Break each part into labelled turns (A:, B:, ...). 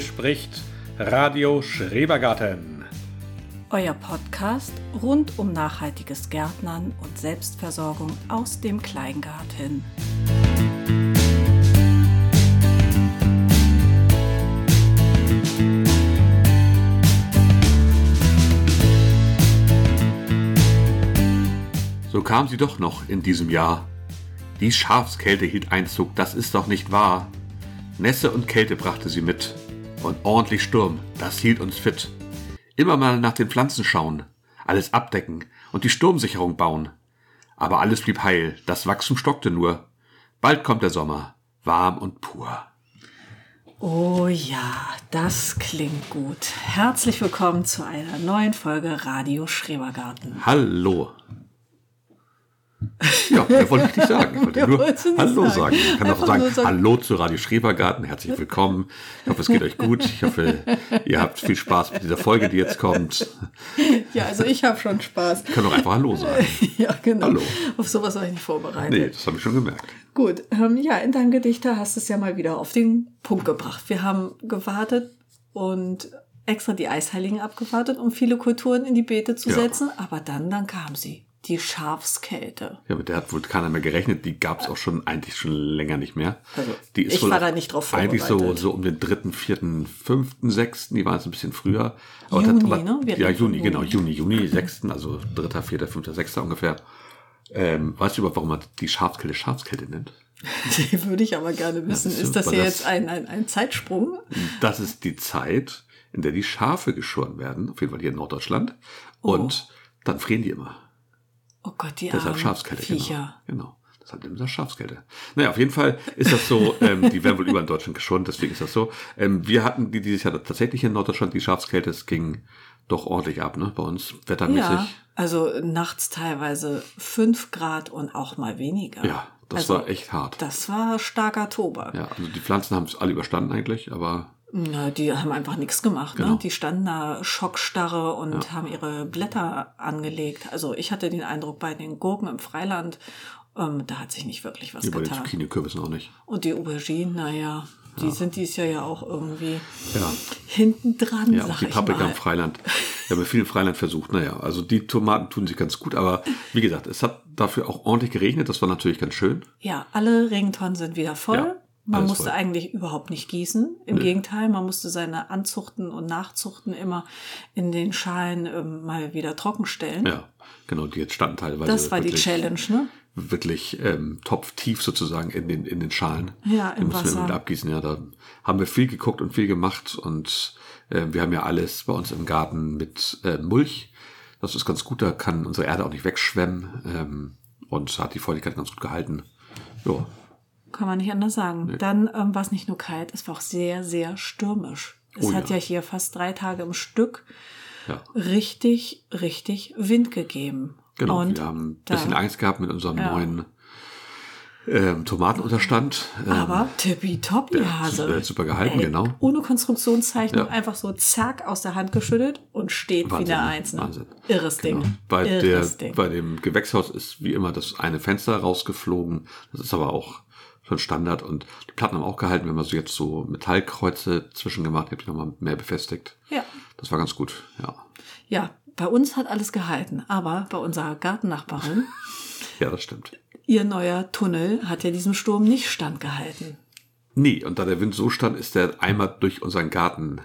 A: spricht Radio Schrebergarten.
B: Euer Podcast rund um nachhaltiges Gärtnern und Selbstversorgung aus dem Kleingarten.
C: So kam sie doch noch in diesem Jahr. Die Schafskälte hielt Einzug, das ist doch nicht wahr. Nässe und Kälte brachte sie mit. Und ordentlich Sturm, das hielt uns fit. Immer mal nach den Pflanzen schauen, alles abdecken und die Sturmsicherung bauen. Aber alles blieb heil, das Wachstum stockte nur. Bald kommt der Sommer, warm und pur.
B: Oh ja, das klingt gut. Herzlich willkommen zu einer neuen Folge Radio Schrebergarten.
C: Hallo. Ja, mehr wollte ich nicht sagen. Ich wollte
B: Mehr
C: nur
B: wolltest du nicht
C: Hallo
B: sagen.
C: sagen. Ich kann auch
B: Einfach
C: sagen,
B: nur sagen-
C: Hallo zu Radio Schrebergarten, herzlich willkommen. Ich hoffe, es geht euch gut. Ich hoffe, ihr habt viel Spaß mit dieser Folge, die jetzt kommt.
B: Ja, also ich habe schon Spaß.
C: Ich kann doch einfach Hallo sagen.
B: Ja, genau.
C: Hallo.
B: Auf sowas war ich nicht vorbereitet.
C: Nee, das habe ich schon gemerkt.
B: Gut, ähm, ja, in deinem Gedichter hast du es ja mal wieder auf den Punkt gebracht. Wir haben gewartet und extra die Eisheiligen abgewartet, um viele Kulturen in die Beete zu
C: Ja.
B: setzen. Aber dann, dann kam sie, die Schafskälte.
C: Ja, mit der hat wohl keiner mehr gerechnet. Die gab es auch schon eigentlich schon länger nicht mehr.
B: Also,
C: die ist
B: ich
C: wohl
B: war da nicht drauf
C: Eigentlich so,
B: vorbereitet.
C: so um den dritten, vierten, fünften, sechsten. Die waren es ein bisschen früher. Aber
B: Juni,
C: das- aber-
B: ne? Wir
C: ja,
B: reden von
C: Juni,
B: Juni.
C: genau. Juni, Juni, sechsten, also dritter, vierter, fünfter, sechster ungefähr. Ähm, weißt du überhaupt, warum man die Schafskälte Schafskälte nennt?
B: Die würde ich aber gerne wissen.
C: siehst du,
B: ist das
C: weil
B: hier
C: das-
B: jetzt ein, ein, ein Zeitsprung?
C: Das ist die Zeit, in der die Schafe geschoren werden. Auf jeden Fall hier in Norddeutschland. Und dann frieren die immer.
B: Oh Gott, die
C: Deshalb
B: armen
C: halt Schafskälte,
B: Viecher.
C: genau. genau. Deshalb nennen sie das Schafskälte. Naja, auf jeden Fall ist das so, ähm, die werden wohl überall in Deutschland geschont, deswegen ist das so. Ähm, wir hatten die dieses Jahr tatsächlich in Norddeutschland die Schafskälte, es ging doch ordentlich ab, ne? Bei uns,
B: Ja,
C: wettermäßig.
B: also nachts teilweise fünf Grad und auch mal weniger.
C: Ja, das
B: also,
C: war echt hart.
B: Das war starker Tobak.
C: ja, also die Pflanzen haben es alle überstanden eigentlich, aber
B: Na, die haben einfach nichts gemacht.
C: Genau.
B: Ne? Die standen da schockstarre und haben ihre Blätter angelegt. Also ich hatte den Eindruck bei den Gurken im Freiland, ähm, da hat sich nicht wirklich was
C: über den
B: getan.
C: Zucchini-Kürbissen auch nicht.
B: Und die Auberginen, naja, die sind dies Jahr ja auch irgendwie
C: Ja.
B: hinten dran,
C: Ja, auch
B: sag
C: die
B: ich
C: Paprika
B: mal.
C: im Freiland. Wir haben ja viel im Freiland versucht. Naja, also die Tomaten tun sich ganz gut, aber wie gesagt, es hat dafür auch ordentlich geregnet. Das war natürlich ganz schön.
B: Ja, alle Regentonnen sind wieder voll.
C: Ja,
B: man
C: alles
B: musste
C: voll.
B: eigentlich überhaupt nicht gießen. Im Gegenteil, man musste seine Anzuchten und Nachzuchten immer in den Schalen ähm, mal wieder trocken stellen.
C: Ja, genau, die jetzt standen teilweise.
B: das war die
C: wirklich-
B: Challenge, ne?
C: wirklich ähm, topftief sozusagen in den, in den Schalen.
B: Ja, im
C: Die müssen
B: Wasser.
C: wir wieder abgießen. Ja, da haben wir viel geguckt und viel gemacht und äh, wir haben ja alles bei uns im Garten mit äh, Mulch. Das ist ganz gut, da kann unsere Erde auch nicht wegschwemmen ähm, und hat die Feuchtigkeit ganz gut gehalten. Ja,
B: Kann man nicht anders sagen. Dann ähm, war es nicht nur kalt, es war auch sehr, sehr stürmisch. Es
C: Oh
B: hat ja.
C: ja.
B: hier fast drei Tage im Stück
C: ja.
B: richtig, richtig Wind gegeben.
C: Genau,
B: Und
C: wir haben ein
B: da-
C: bisschen Angst gehabt mit unserem
B: Ja.
C: neuen ähm, Tomatenunterstand. Ähm,
B: Aber tippitoppi Hase.
C: der hat super gehalten, genau.
B: Ohne Konstruktionszeichnung,
C: Ja.
B: einfach so zack aus der Hand geschüttelt und steht
C: Wahnsinn,
B: wieder eins. Ne?
C: Wahnsinn.
B: Irres Ding.
C: Genau. Bei, der,
B: Irres Ding.
C: bei dem Gewächshaus ist wie immer das eine Fenster rausgeflogen. Das ist aber auch schon Standard. Und die Platten haben auch gehalten. Wir haben also jetzt so Metallkreuze zwischengemacht. Ich habe die nochmal mehr befestigt.
B: ja.
C: Das war ganz gut, ja.
B: ja, bei uns hat alles gehalten, aber bei unserer Gartennachbarin,
C: Ja, das stimmt.
B: ihr neuer Tunnel hat ja diesem Sturm nicht standgehalten.
C: Nee, und da der Wind so stand, ist der einmal durch unseren Garten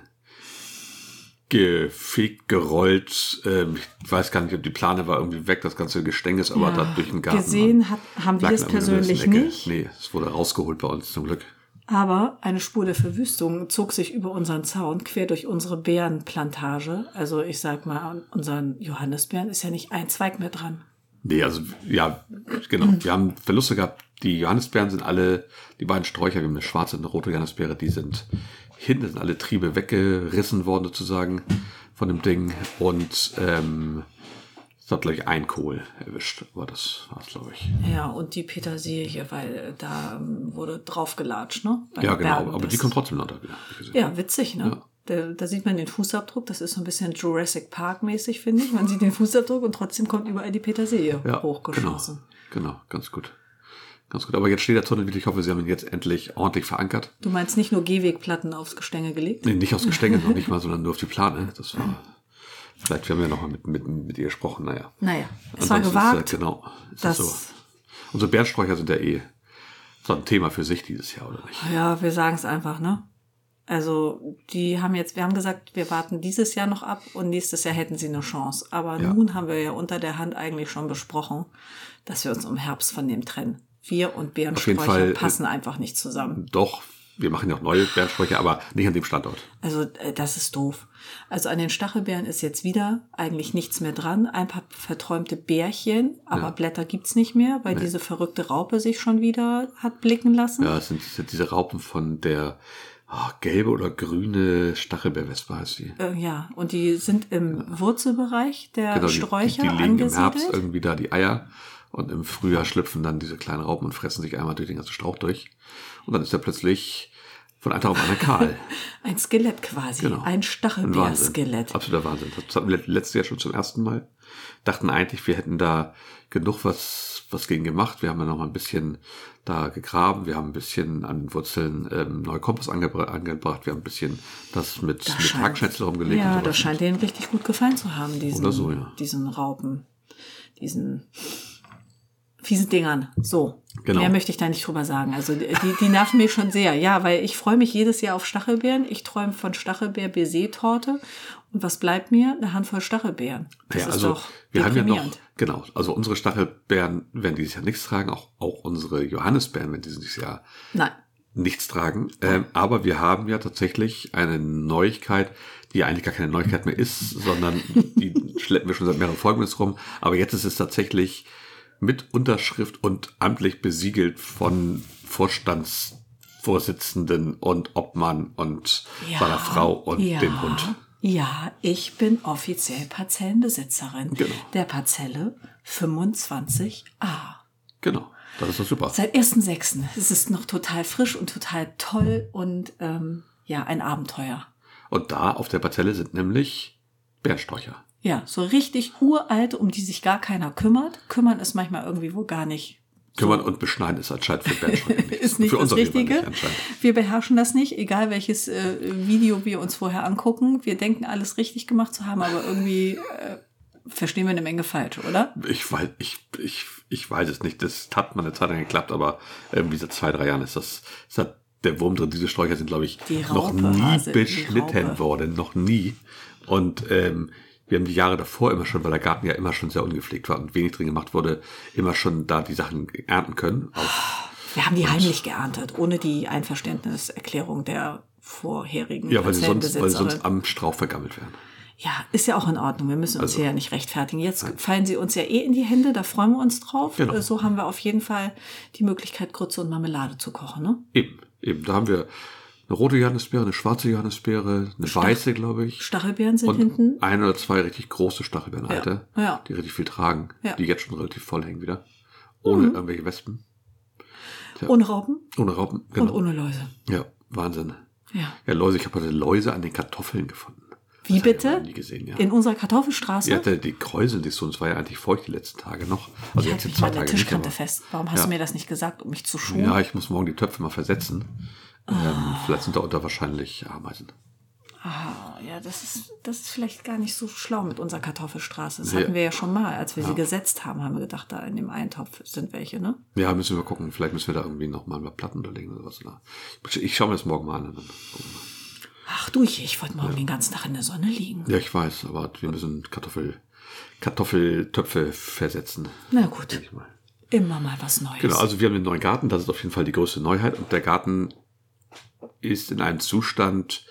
C: gefegt, gerollt. Ähm, ich weiß gar nicht, ob die Plane war irgendwie weg, das ganze Gestänge ist aber
B: Ja,
C: da durch den Garten.
B: gesehen hat- haben wir
C: lag
B: es
C: in irgendeiner
B: persönlich
C: Ecke.
B: nicht.
C: Nee, es wurde rausgeholt bei uns zum Glück.
B: Aber eine Spur der Verwüstung zog sich über unseren Zaun quer durch unsere Beerenplantage. Also ich sag mal, an unseren Johannisbeeren ist ja nicht ein Zweig mehr dran.
C: Nee, also ja, genau. Wir haben Verluste gehabt. Die Johannisbeeren sind alle, die beiden Sträucher, wir haben eine schwarze und eine rote Johannisbeere, die sind hinten sind alle Triebe weggerissen worden sozusagen von dem Ding. Und ähm, es hat gleich ein Kohl erwischt. Aber das war's, glaube ich.
B: Ja, und die Petersilie, weil äh, da ähm, wurde draufgelatscht, ne? Bei
C: ja,
B: den
C: genau.
B: Bergen.
C: aber die
B: Das-
C: kommt trotzdem runter wieder. hab ich gesehen.
B: Ja, witzig, ne? Da, da sieht man den Fußabdruck, das ist so ein bisschen Jurassic Park mäßig, finde ich. Man sieht den Fußabdruck und trotzdem kommt überall die Petersilie
C: Ja,
B: hochgeschossen.
C: Genau, genau, ganz gut. Ganz gut, aber jetzt steht der Tunnel wirklich. Ich hoffe, Sie haben ihn jetzt endlich ordentlich verankert.
B: Du meinst nicht nur Gehwegplatten aufs Gestänge gelegt?
C: Nee, nicht aufs Gestänge, noch nicht mal, sondern nur auf die Plane. Das war. Vielleicht wir haben ja nochmal mit, mit, mit ihr gesprochen, naja.
B: Naja, es war
C: Ansonsten
B: gewagt.
C: Ist, äh, genau. Es
B: dass,
C: ist so. Unsere Bärensträucher sind ja eh so ein Thema für sich dieses Jahr, oder nicht?
B: Ja, wir sagen es einfach, ne? Also, die haben jetzt, wir haben gesagt, wir warten dieses Jahr noch ab und nächstes Jahr hätten sie eine Chance. Aber
C: Ja.
B: nun haben wir ja unter der Hand eigentlich schon besprochen, dass wir uns im Herbst von dem trennen. Wir und
C: Auf jeden
B: Bärensträucher
C: Fall, äh,
B: passen einfach nicht zusammen.
C: Doch, wir machen ja auch neue Bärensträucher, aber nicht an dem Standort.
B: Also äh, das ist doof. Also an den Stachelbeeren ist jetzt wieder eigentlich nichts mehr dran. Ein paar verträumte Bärchen, aber
C: Ja.
B: Blätter gibt's nicht mehr, weil diese verrückte Raupe sich schon wieder hat blicken lassen.
C: Ja, es sind diese, diese Raupen von der ah, gelbe oder grüne Stachelbeerwespe heißt sie.
B: Äh, ja, und die sind im Wurzelbereich der
C: Genau, die,
B: Sträucher
C: die, die legen im
B: angesiedelt.
C: Herbst irgendwie da die Eier und im Frühjahr schlüpfen dann diese kleinen Raupen und fressen sich einmal durch den ganzen Strauch durch. Und dann ist er plötzlich von einem Tag auf anderen kahl.
B: ein Skelett quasi,
C: Genau.
B: ein
C: Ein
B: Stachelbeerskelett.
C: Wahnsinn. Absoluter Wahnsinn. Das hatten wir letztes Jahr schon zum ersten Mal. Dachten eigentlich, wir hätten da genug was, was gegen gemacht. Wir haben ja noch mal ein bisschen da gegraben. Wir haben ein bisschen an den Wurzeln ähm, neue Kompost angebra angebracht. Wir haben ein bisschen das mit,
B: Das
C: mit
B: scheint-
C: Hackschnitzel rumgelegt.
B: Ja,
C: und ne?
B: das scheint denen richtig gut gefallen zu haben, diesen,
C: Oder so, ja.
B: diesen Raupen, diesen fiesen Dingern. So.
C: Genau.
B: Mehr möchte ich da nicht drüber sagen. Also die, die nerven mich schon sehr. Ja, weil ich freue mich jedes Jahr auf Stachelbeeren. Ich träume von Stachelbeer-Baiser-Torte. Und was bleibt mir? Eine Handvoll Stachelbeeren. Das
C: Ja,
B: ist
C: also
B: doch
C: wir haben ja noch,
B: deprimierend.
C: genau, also unsere Stachelbeeren werden dieses Jahr nichts tragen, auch, auch unsere Johannisbeeren werden dieses Jahr
B: Nein.
C: nichts tragen. Ähm, aber wir haben ja tatsächlich eine Neuigkeit, die ja eigentlich gar keine Neuigkeit mehr ist, sondern die schleppen wir schon seit mehreren Folgen jetzt rum. Aber jetzt ist es tatsächlich mit Unterschrift und amtlich besiegelt von Vorstandsvorsitzenden und Obmann und seiner Frau und
B: ja,
C: dem Hund.
B: Ja, ich bin offiziell Parzellenbesitzerin
C: Genau.
B: der Parzelle 25a.
C: Genau, das ist doch super.
B: Seit 1.6. Es ist noch total frisch und total toll und ähm, ja, ein Abenteuer.
C: Und da auf der Parzelle sind nämlich Bärensträucher.
B: Ja, so richtig uralt, um die sich gar keiner kümmert. Kümmern ist manchmal irgendwie wohl gar nicht.
C: Kümmern und beschneiden ist anscheinend für Bärensträucher nicht.
B: Ist nicht
C: für
B: das
C: unsere Leber
B: Richtige.
C: Nicht anscheinend.
B: wir beherrschen das nicht, egal welches äh, Video wir uns vorher angucken. Wir denken, alles richtig gemacht zu haben, aber irgendwie äh, verstehen wir eine Menge falsch, oder?
C: Ich weiß, ich, ich, ich weiß es nicht. Das hat mal eine Zeit lang geklappt, aber irgendwie seit zwei, drei Jahren ist das, ist das der Wurm drin. Diese Sträucher sind, glaube ich,
B: Die
C: noch
B: Raupe,
C: nie
B: Hase, die Raupe.
C: beschnitten worden. Noch nie. Und ähm, wir haben die Jahre davor immer schon, weil der Garten ja immer schon sehr ungepflegt war und wenig drin gemacht wurde, immer schon da die Sachen ernten können. Auf,
B: Wir haben die heimlich geerntet, ohne die Einverständniserklärung der vorherigen
C: ja, weil sie, sonst, weil sie
B: Parzellenbesitzerin.
C: sonst am Strauch vergammelt werden.
B: Ja, ist ja auch in Ordnung. Wir müssen uns
C: Also-
B: hier ja nicht rechtfertigen. Jetzt fallen sie uns ja eh in die Hände, da freuen wir uns drauf.
C: Genau.
B: Äh, So haben wir auf jeden Fall die Möglichkeit, Grütze und Marmelade zu kochen. Ne?
C: Eben, eben. Da haben wir eine rote Johannisbeere, eine schwarze Johannisbeere, eine weiße, glaube ich.
B: Stachelbeeren sind
C: und
B: hinten.
C: ein oder zwei richtig große Stachelbeeren, alte,
B: ja.
C: die richtig viel tragen,
B: Ja. Mhm.
C: die jetzt schon relativ voll hängen wieder. Ohne irgendwelche Wespen,
B: Ohne Raupen
C: ohne Raupen. Genau.
B: und ohne Läuse.
C: ja, Wahnsinn.
B: Ja.
C: Ja, Läuse, ich habe heute Läuse an den Kartoffeln gefunden. Das
B: Wie
C: hab ich
B: bitte?
C: aber nie gesehen, ja.
B: In unserer Kartoffelstraße.
C: Die, hatte, die kräuseln sich so, und es war ja eigentlich feucht die letzten Tage noch. Also
B: ich
C: jetzt sind
B: halte mich
C: zwei
B: mal an der
C: Tage
B: Tischkante
C: nicht, aber-
B: fest. Warum hast
C: Ja.
B: du mir das nicht gesagt, um mich zu schonen?
C: Ja, ich muss morgen die Töpfe mal versetzen. Ähm, vielleicht sind da unter wahrscheinlich Ameisen.
B: Ah, ja, das ist, das ist vielleicht gar nicht so schlau mit unserer Kartoffelstraße. Das
C: Nee.
B: hatten wir ja schon mal, als wir sie gesetzt haben, haben wir gedacht, da in dem Eintopf sind welche, ne?
C: Ja, müssen wir gucken. Vielleicht müssen wir da irgendwie noch mal ein paar Platten unterlegen oder was. Oder? Ich schaue mir das morgen mal an. und dann gucken wir mal.
B: Ach du, ich, ich wollte morgen den ganzen Tag in der Sonne liegen.
C: Ja, ich weiß, aber wir müssen Kartoffel, Kartoffeltöpfe versetzen.
B: Na gut,
C: denke ich mal.
B: immer mal was Neues.
C: Genau, also wir haben den neuen Garten, das ist auf jeden Fall die größte Neuheit. Und der Garten ist in einem Zustand,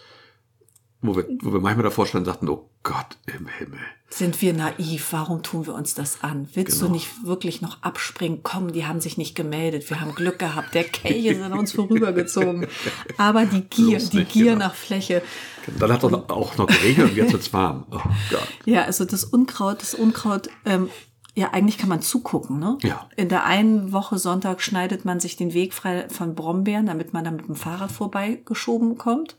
C: wo wir, wo wir manchmal davor standen und sagten, oh Gott im Himmel.
B: Sind wir naiv? Warum tun wir uns das an? Willst du
C: Genau.
B: nicht wirklich noch abspringen? Komm, die haben sich nicht gemeldet. Wir haben Glück gehabt. Der Käse ist an uns vorübergezogen. Aber die Gier,
C: Bloß
B: die
C: nicht,
B: Gier
C: genau.
B: nach Fläche.
C: Dann hat es auch, auch noch geregnet und jetzt wird's warm. Oh Gott.
B: Ja, also das Unkraut, das Unkraut, ähm, ja, eigentlich kann man zugucken, ne?
C: Ja.
B: In der einen Woche Sonntag schneidet man sich den Weg frei von Brombeeren, damit man dann mit dem Fahrrad vorbeigeschoben kommt.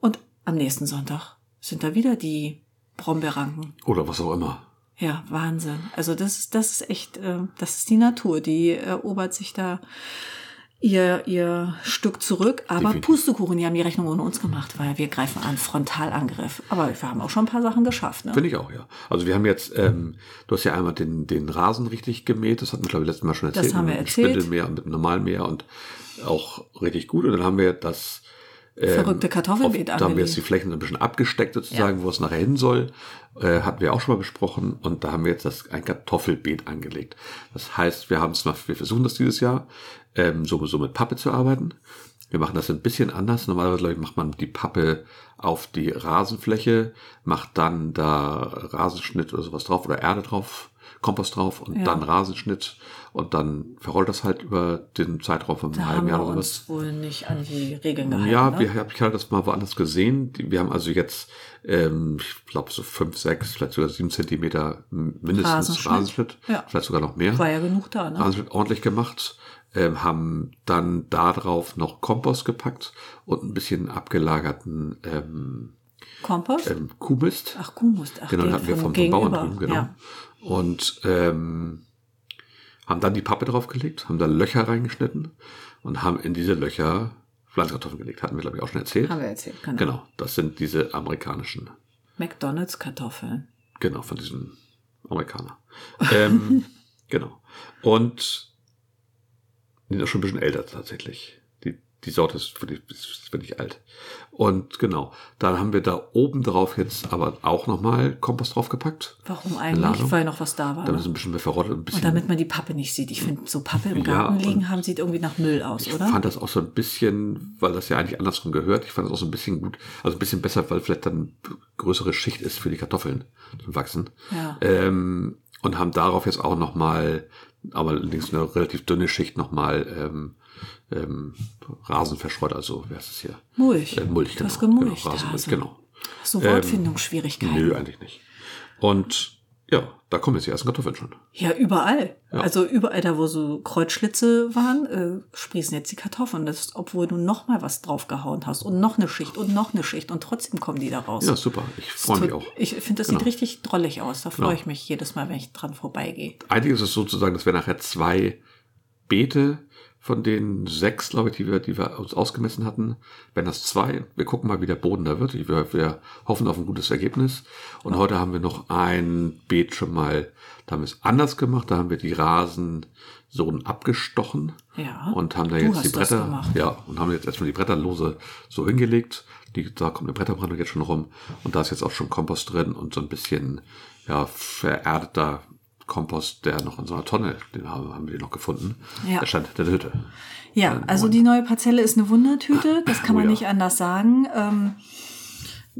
B: Und am nächsten Sonntag sind da wieder die Brombeerranken.
C: Oder was auch immer.
B: Ja, Wahnsinn. Also das ist, das ist echt, äh, das ist die Natur, die erobert sich da ihr, ihr Stück zurück. Aber
C: Definitiv.
B: Pustekuchen, die haben die Rechnung ohne uns gemacht, weil wir greifen an, Frontalangriff. Aber wir haben auch schon ein paar Sachen geschafft. Ne?
C: Finde ich auch, ja. Also wir haben jetzt, ähm, du hast ja einmal den, den Rasen richtig gemäht, das hatten wir, glaube ich, letztes Mal schon
B: Das
C: erzählt.
B: haben wir
C: mit dem
B: erzählt.
C: Spindelmäher und mit dem normalen Mäher und auch richtig gut. Und dann haben wir das ähm,
B: Verrückte Kartoffelbeet
C: auf- Da haben wir jetzt
B: angelegt.
C: die Flächen so ein bisschen abgesteckt sozusagen, wo es nachher hin soll. Äh, hatten wir auch schon mal besprochen. Und da haben wir jetzt das, ein Kartoffelbeet angelegt. Das heißt, wir haben es mal, wir versuchen das dieses Jahr, ähm, so, so mit Pappe zu arbeiten. Wir machen das ein bisschen anders. Normalerweise, glaube ich, macht man die Pappe auf die Rasenfläche, macht dann da Rasenschnitt oder sowas drauf oder Erde drauf, Kompost drauf und
B: Ja.
C: dann Rasenschnitt und dann verrollt das halt über den Zeitraum von einem
B: Da
C: halben
B: haben
C: Jahr
B: wir
C: oder sowas.
B: uns wohl nicht an die Regeln gehalten.
C: Ja,
B: ne?
C: wir hab, ich habe das mal woanders gesehen. Die- Wir haben also jetzt, ähm, ich glaube, so fünf, sechs, vielleicht sogar sieben Zentimeter m- mindestens
B: Rasenschnitt.
C: Rasenschnitt,
B: Ja.
C: vielleicht sogar noch mehr.
B: war ja genug da, ne?
C: Rasenschnitt ordentlich gemacht, ähm, haben dann darauf noch Kompost gepackt und ein bisschen abgelagerten ähm,
B: Kompost?
C: ähm, Kuhmist.
B: ach, Kuhmust. Ach,
C: genau, den
B: den
C: hatten wir vom, vom
B: Gegenüber.
C: Bauern drüben, genau.
B: Ja.
C: Und ähm, haben dann die Pappe draufgelegt, haben da Löcher reingeschnitten und haben in diese Löcher Pflanzkartoffeln gelegt. Hatten wir, glaube ich, auch schon erzählt.
B: Haben wir erzählt, genau.
C: Genau, das sind diese amerikanischen,
B: McDonalds-Kartoffeln.
C: genau, von diesem Amerikaner. Ähm, genau. Und die sind auch schon ein bisschen älter tatsächlich. Die, die Sorte ist wirklich, ist wirklich alt. Und genau, dann haben wir da oben drauf jetzt aber auch nochmal Kompost draufgepackt.
B: Warum eigentlich?
C: Ladung.
B: Weil noch was da war.
C: Damit
B: Ne?
C: es ein bisschen mehr verrottet und ein bisschen
B: Und damit man die Pappe nicht sieht. Ich finde, so Pappe im
C: Ja,
B: Garten liegen
C: und
B: haben, sieht irgendwie nach Müll aus,
C: Ich
B: oder?
C: fand das auch so ein bisschen, weil das ja eigentlich andersrum gehört, ich fand das auch so ein bisschen gut, also ein bisschen besser, weil vielleicht dann größere Schicht ist für die Kartoffeln zum Wachsen.
B: Ja.
C: Ähm, und haben darauf jetzt auch nochmal, aber links eine relativ dünne Schicht nochmal ähm, ähm, Rasen verschreut, also wie heißt es hier?
B: Mulch.
C: Äh, Mulch,
B: Du
C: genau.
B: hast gemulcht.
C: genau, Rasenmulch,
B: also.
C: genau.
B: So
C: Ähm,
B: Wortfindungsschwierigkeiten.
C: Nö, eigentlich nicht. Und ja, da kommen jetzt die ersten Kartoffeln schon.
B: Ja, überall.
C: Ja.
B: Also überall da, wo so Kreuzschlitze waren, äh, sprießen jetzt die Kartoffeln. Das ist, obwohl du noch mal was draufgehauen hast und noch eine Schicht und noch eine Schicht und trotzdem kommen die da raus.
C: Ja, super. Ich freue mich auch.
B: Ich finde, das sieht
C: Genau.
B: richtig drollig aus. Da freue
C: Genau.
B: ich mich jedes Mal, wenn ich dran vorbeigehe.
C: Eigentlich ist es sozusagen, dass wir nachher zwei Beete von den sechs, glaube ich, die wir, die wir uns ausgemessen hatten, wenn das zwei, wir gucken mal, wie der Boden da wird. Wir, wir hoffen auf ein gutes Ergebnis. Und heute haben wir noch ein Beet schon mal, da haben wir es anders gemacht, da haben wir die Rasensohn abgestochen
B: Ja.
C: und haben da
B: Ah, Du
C: jetzt
B: hast
C: die
B: das
C: Bretter,
B: gemacht.
C: ja, und haben jetzt erstmal die Bretter lose so hingelegt. Die, da kommt eine Bretterbrandung jetzt schon rum und da ist jetzt auch schon Kompost drin und so ein bisschen ja, vererdeter Kompost, der noch in so einer Tonne, den haben, haben wir noch gefunden.
B: Ja.
C: Der stand in der Hütte.
B: Ja, also die neue Parzelle ist eine Wundertüte, das kann
C: Äh, Oh
B: man
C: ja.
B: nicht anders sagen. Ähm,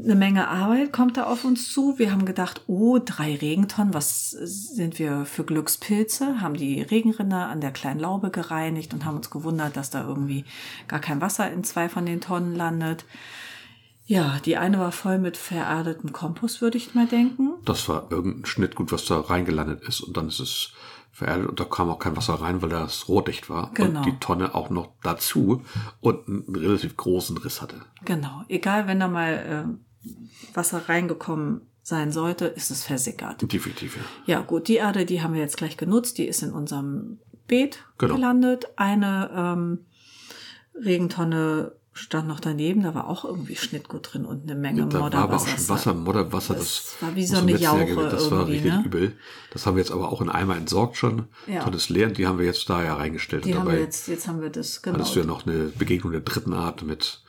B: eine Menge Arbeit kommt da auf uns zu. Wir haben gedacht, oh, drei Regentonnen, was sind wir für Glückspilze? Haben die Regenrinder an der kleinen Laube gereinigt und haben uns gewundert, dass da irgendwie gar kein Wasser in zwei von den Tonnen landet. Ja, die eine war voll mit vererdetem Kompost, würde ich mal denken.
C: Das war irgendein Schnittgut, was da reingelandet ist und dann ist es vererdet und da kam auch kein Wasser rein, weil das rohdicht war
B: Genau.
C: und die Tonne auch noch dazu und einen relativ großen Riss hatte.
B: Genau, egal, wenn da mal äh, Wasser reingekommen sein sollte, ist es versickert.
C: Definitiv, ja.
B: Ja, gut, die Erde, die haben wir jetzt gleich genutzt. Die ist in unserem Beet
C: Genau.
B: gelandet. Eine ähm, Regentonne stand noch daneben. Da war auch irgendwie Schnittgut drin und eine Menge
C: Da war aber auch schon
B: Modderwasser.
C: Wasser, Modderwasser. Das,
B: Das war wie so
C: muss man
B: eine
C: letztes Jahr
B: Jauche
C: gewesen- Das war
B: irgendwie,
C: richtig
B: ne?
C: übel. Das haben wir jetzt aber auch in Eimer entsorgt schon.
B: Ja.
C: Ja. Tonnes leer und die haben wir jetzt da ja reingestellt.
B: Die
C: und
B: haben
C: dabei
B: wir jetzt, jetzt haben wir das, genau.
C: hattest du ja noch eine Begegnung der dritten Art mit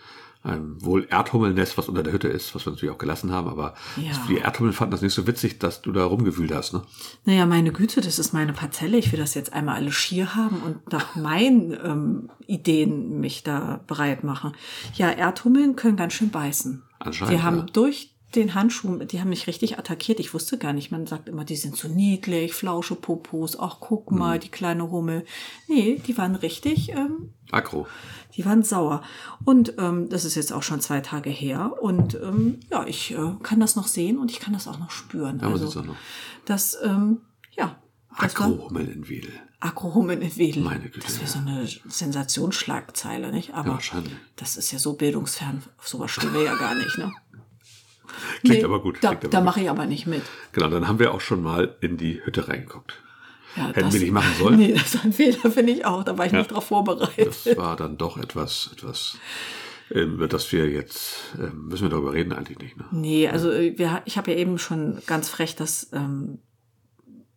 C: einem wohl Erdhummelnest, was unter der Hütte ist, was wir natürlich auch gelassen haben. Aber
B: Ja.
C: die Erdhummel fanden das nicht so witzig, dass du da rumgewühlt hast. Ne?
B: Naja, meine Güte, das ist meine Parzelle. Ich will das jetzt einmal alles schier haben und nach meinen ähm, Ideen mich da bereit machen. Ja, Erdhummeln können ganz schön beißen.
C: Anscheinend,
B: Die haben
C: ja.
B: durch den Handschuh, die haben mich richtig attackiert. Ich wusste gar nicht. Man sagt immer, die sind so niedlich, flausche Popos. Ach, guck
C: Hm.
B: mal, die kleine Hummel. Nee, die waren richtig ähm,
C: Akro.
B: die waren sauer. Und ähm, das ist jetzt auch schon zwei Tage her. Und ähm, ja, ich äh, kann das noch sehen und ich kann das auch noch spüren. Also,
C: Ja, man sieht's auch noch.
B: Das, ähm, ja. das war-
C: Akrohummel in Wedel.
B: Akrohummel in Wedel.
C: Meine Güte,
B: Das wäre
C: ja.
B: so eine Sensationsschlagzeile, nicht?
C: Ja,
B: Aber
C: wahrscheinlich.
B: das ist ja so bildungsfern. Auf sowas stehen wir ja gar nicht, ne?
C: Klingt aber gut.
B: Da,
C: klingt aber
B: da
C: gut.
B: mache ich aber nicht mit.
C: Genau, dann haben wir auch schon mal in die Hütte reingeguckt.
B: Ja,
C: Hätten wir nicht machen sollen.
B: Nee, das ist ein Fehler, finde ich auch. Da war ich
C: Ja.
B: nicht drauf vorbereitet.
C: Das war dann doch etwas, etwas, ähm, über das wir jetzt, ähm, müssen wir darüber reden eigentlich nicht. Ne?
B: Nee, also äh, wir, ich habe ja eben schon ganz frech das. Ähm,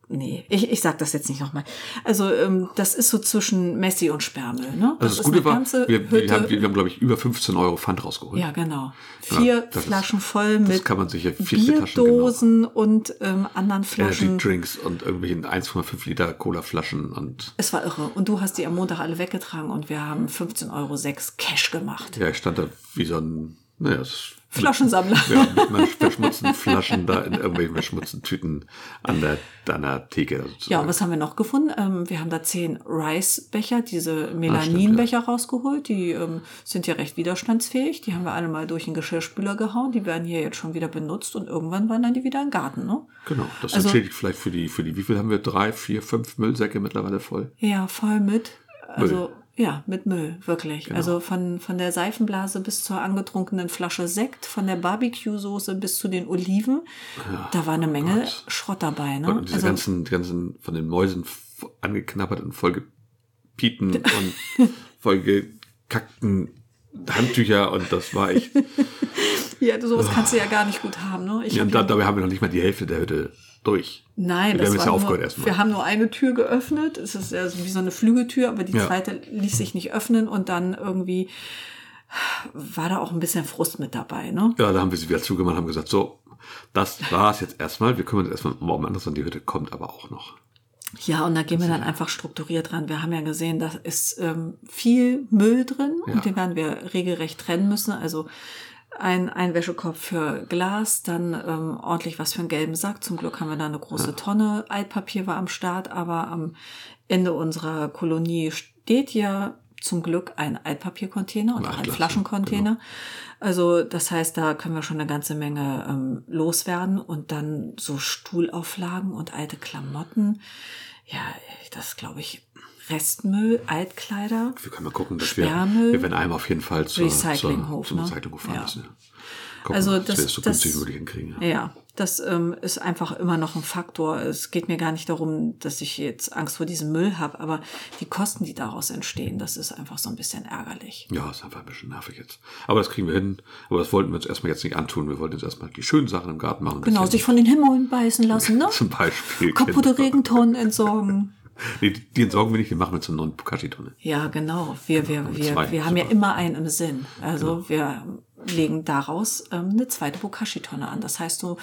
B: nee, ich, ich sag das jetzt nicht nochmal. Also ähm, das ist so zwischen Messi und Spermel. Ne?
C: Also das,
B: ist
C: Gute
B: eine
C: war,
B: ganze
C: wir, wir
B: Hütte.
C: haben, wir haben glaube ich, über 15 Euro Pfand rausgeholt.
B: ja, genau.
C: Ja,
B: Vier
C: das ist-
B: Flaschen voll
C: das
B: mit
C: kann man sich ja viel viel Taschen genau
B: Bierdosen und ähm, anderen
C: Energy
B: Flaschen.
C: Drinks und irgendwelchen 1,5 Liter Cola-Flaschen und
B: Es war irre. Und du hast die am Montag alle weggetragen und wir haben 15,06 Euro Cash gemacht.
C: ja, ich stand da wie so ein, naja, es
B: Flaschensammler.
C: ja, mit meinen verschmutzten Flaschen da in irgendwelchen verschmutzten Tüten an der, an der Theke. sozusagen.
B: Ja, und was haben wir noch gefunden? Ähm, wir haben da zehn Rice-Becher,
C: Ah,
B: diese Melaninbecher rausgeholt. Die ähm, sind ja recht widerstandsfähig. Die haben wir alle mal durch den Geschirrspüler gehauen. Die werden hier jetzt schon wieder benutzt und irgendwann wandern die wieder in den Garten, ne?
C: Genau, das
B: Also-
C: entschädigt vielleicht für die, für die, wie viel haben wir? Drei, vier, fünf Müllsäcke mittlerweile voll.
B: Ja, voll mit. Also,
C: Müll. Genau.
B: ja, mit Müll, wirklich. Also von, von der Seifenblase bis zur angetrunkenen Flasche Sekt, von der Barbecue-Soße bis zu den Oliven. da war eine Menge
C: oh Gott.
B: Schrott dabei, ne?
C: Und diese ganzen, die ganzen von den Mäusen f- angeknabbert und vollgepieten und vollgekackten Handtücher und das war ich.
B: ja, sowas kannst du ja gar nicht gut haben, ne? Ich
C: Oh. Ja,
B: hab
C: und da, dabei haben wir noch nicht mal die Hälfte der Hütte durch.
B: Nein,
C: wir
B: das
C: haben jetzt ja
B: war
C: aufgehört
B: nur,
C: erstmal.
B: wir haben nur eine Tür geöffnet. Es ist ja so wie so eine Flügeltür, aber die
C: Ja.
B: zweite ließ sich nicht öffnen und dann irgendwie war da auch ein bisschen Frust mit dabei. Ne?
C: Ja, da haben wir sie wieder zugemacht und haben gesagt, so, das war's jetzt erstmal. Wir kümmern uns erstmal um anderes und die Hütte kommt aber auch noch.
B: Ja, und da gehen
C: Also
B: wir dann einfach strukturiert ran. Wir haben ja gesehen, da ist ähm, viel Müll drin
C: Ja.
B: und den werden wir regelrecht trennen müssen. Also ein, ein Wäschekorb für Glas, dann ähm, ordentlich was für einen gelben Sack. Zum Glück haben wir da eine große Tonne. Altpapier war am Start, aber am Ende unserer Kolonie steht ja zum Glück ein Altpapiercontainer und
C: Ein Genau.
B: auch ein
C: Altglas,
B: Flaschencontainer. Ne? Also das heißt, da können wir schon eine ganze Menge ähm, loswerden und dann so Stuhlauflagen und alte Klamotten. Ja, das glaube ich, Restmüll, Altkleider.
C: Wir können mal gucken, dass wir,
B: Sperrmüll.
C: wir werden einem auf jeden Fall zur, zur,
B: Recyclinghof,
C: zum
B: ne?
C: Recyclinghof fahren
B: Ja.
C: müssen. Ja. Gucken,
B: Also
C: dass
B: das-
C: wir es so
B: das-
C: günstig wie möglich hinkriegen. Ja.
B: Ja, das ähm, ist einfach immer noch ein Faktor. Es geht mir gar nicht darum, dass ich jetzt Angst vor diesem Müll habe, aber die Kosten, die daraus entstehen, das ist einfach so ein bisschen ärgerlich.
C: Ja, ist einfach ein bisschen nervig jetzt. Aber das kriegen wir hin. Aber das wollten wir uns erstmal jetzt nicht antun. Wir wollten jetzt erstmal die schönen Sachen im Garten machen.
B: Genau, sich von den Himmeln beißen lassen, ne?
C: Zum Beispiel. genau.
B: Kaputte
C: Kinder.
B: Regentonnen entsorgen.
C: Nee, die, die entsorgen wir nicht, die machen wir zum neuen Pokashi-Tonne.
B: Ja, genau. Wir, wir,
C: zwei, Genau.
B: wir, wir haben ja
C: super.
B: immer einen im Sinn. Also wir legen daraus ähm, eine zweite Bokashi-Tonne an. Das heißt, du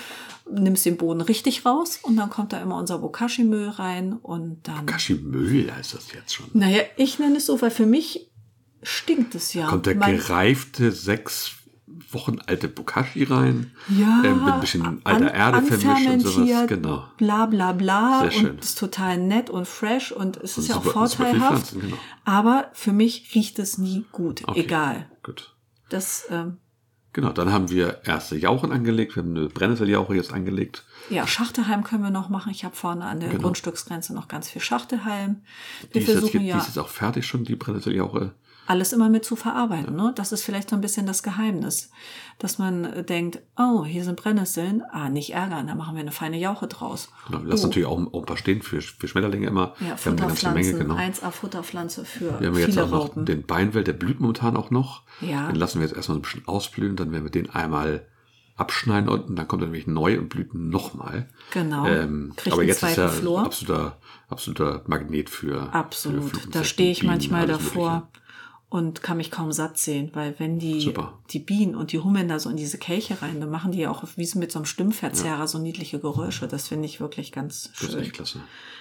B: nimmst den Boden richtig raus und dann kommt da immer unser Bokashi-Müll rein und dann.
C: Pokashi-Müll heißt das jetzt schon.
B: Naja, ich nenne es so, weil für mich stinkt es ja.
C: Kommt der
B: Mein-
C: gereifte, sechs Wochen alte Pokashi rein.
B: ja,
C: Ähm, mit ein bisschen alter
B: an-
C: Erde vermischt und sowas.
B: anfermentiert,
C: Genau.
B: Bla bla bla.
C: Sehr schön.
B: Und ist total nett und fresh und es ist
C: Und
B: ja auch
C: super- super viel
B: vorteilhaft.
C: Pflanzen, genau.
B: Aber für mich riecht es nie gut.
C: Okay.
B: Egal.
C: Gut.
B: Das, ähm,
C: Genau, dann haben wir erste Jauchen angelegt. Wir haben eine Brennnesseljauche jetzt angelegt.
B: Ja, Schachteheim können wir noch machen. Ich habe vorne an der
C: Genau.
B: Grundstücksgrenze noch ganz viel Schachteheim.
C: Die
B: Wir
C: ist, jetzt,
B: versuchen
C: die
B: ja
C: ist jetzt auch fertig schon, die Brennnesseljauche.
B: alles immer mit zu verarbeiten. Ne? Das ist vielleicht so ein bisschen das Geheimnis, dass man äh, denkt, oh, hier sind Brennnesseln. Ah, nicht ärgern, da machen wir eine feine Jauche draus.
C: Genau, wir lassen
B: oh,
C: natürlich auch, auch ein paar stehen für, für Schmetterlinge immer. wir
B: ja,
C: haben eine ganze Menge,
B: Futterpflanzen,
C: genau.
B: 1A Futterpflanze für
C: Wir haben
B: viele
C: jetzt auch noch
B: Raupen.
C: den Beinwelt, der blüht momentan auch noch.
B: Ja.
C: Den lassen wir jetzt erstmal so ein bisschen ausblühen, dann werden wir den einmal abschneiden unten, dann kommt er nämlich neu und blüht nochmal.
B: Genau.
C: Ähm,
B: Kriegt
C: aber
B: einen
C: jetzt ist
B: zweiten
C: er
B: Flor.
C: absoluter, absoluter Magnet für. für
B: Absolut.
C: Fluginsekten,
B: Da stehe ich
C: Bienen,
B: manchmal
C: alles Mögliche.
B: davor und kann mich kaum satt sehen, weil wenn die,
C: Super.
B: die Bienen und die Hummeln da so in diese Kelche rein, dann machen die ja auch wie so mit so einem Stimmverzerrer so niedliche Geräusche. Das finde ich wirklich ganz
C: Das ist
B: schön.
C: echt genau. klasse.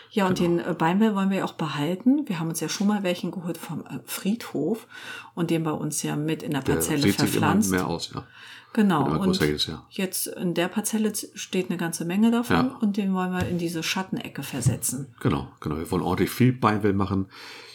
B: Ja, und den äh, Beinwell wollen wir auch behalten. Wir haben uns ja schon mal welchen geholt vom äh, Friedhof und den bei uns ja mit in der
C: Der
B: Parzelle
C: sieht sich immer
B: verpflanzt.
C: mehr aus, ja.
B: Genau.
C: Immer
B: Und
C: größer jetzt, ja.
B: jetzt in der Parzelle z- steht eine ganze Menge davon
C: Ja.
B: und den wollen wir in diese Schattenecke versetzen.
C: Genau, genau. Wir wollen ordentlich viel Beinwell machen.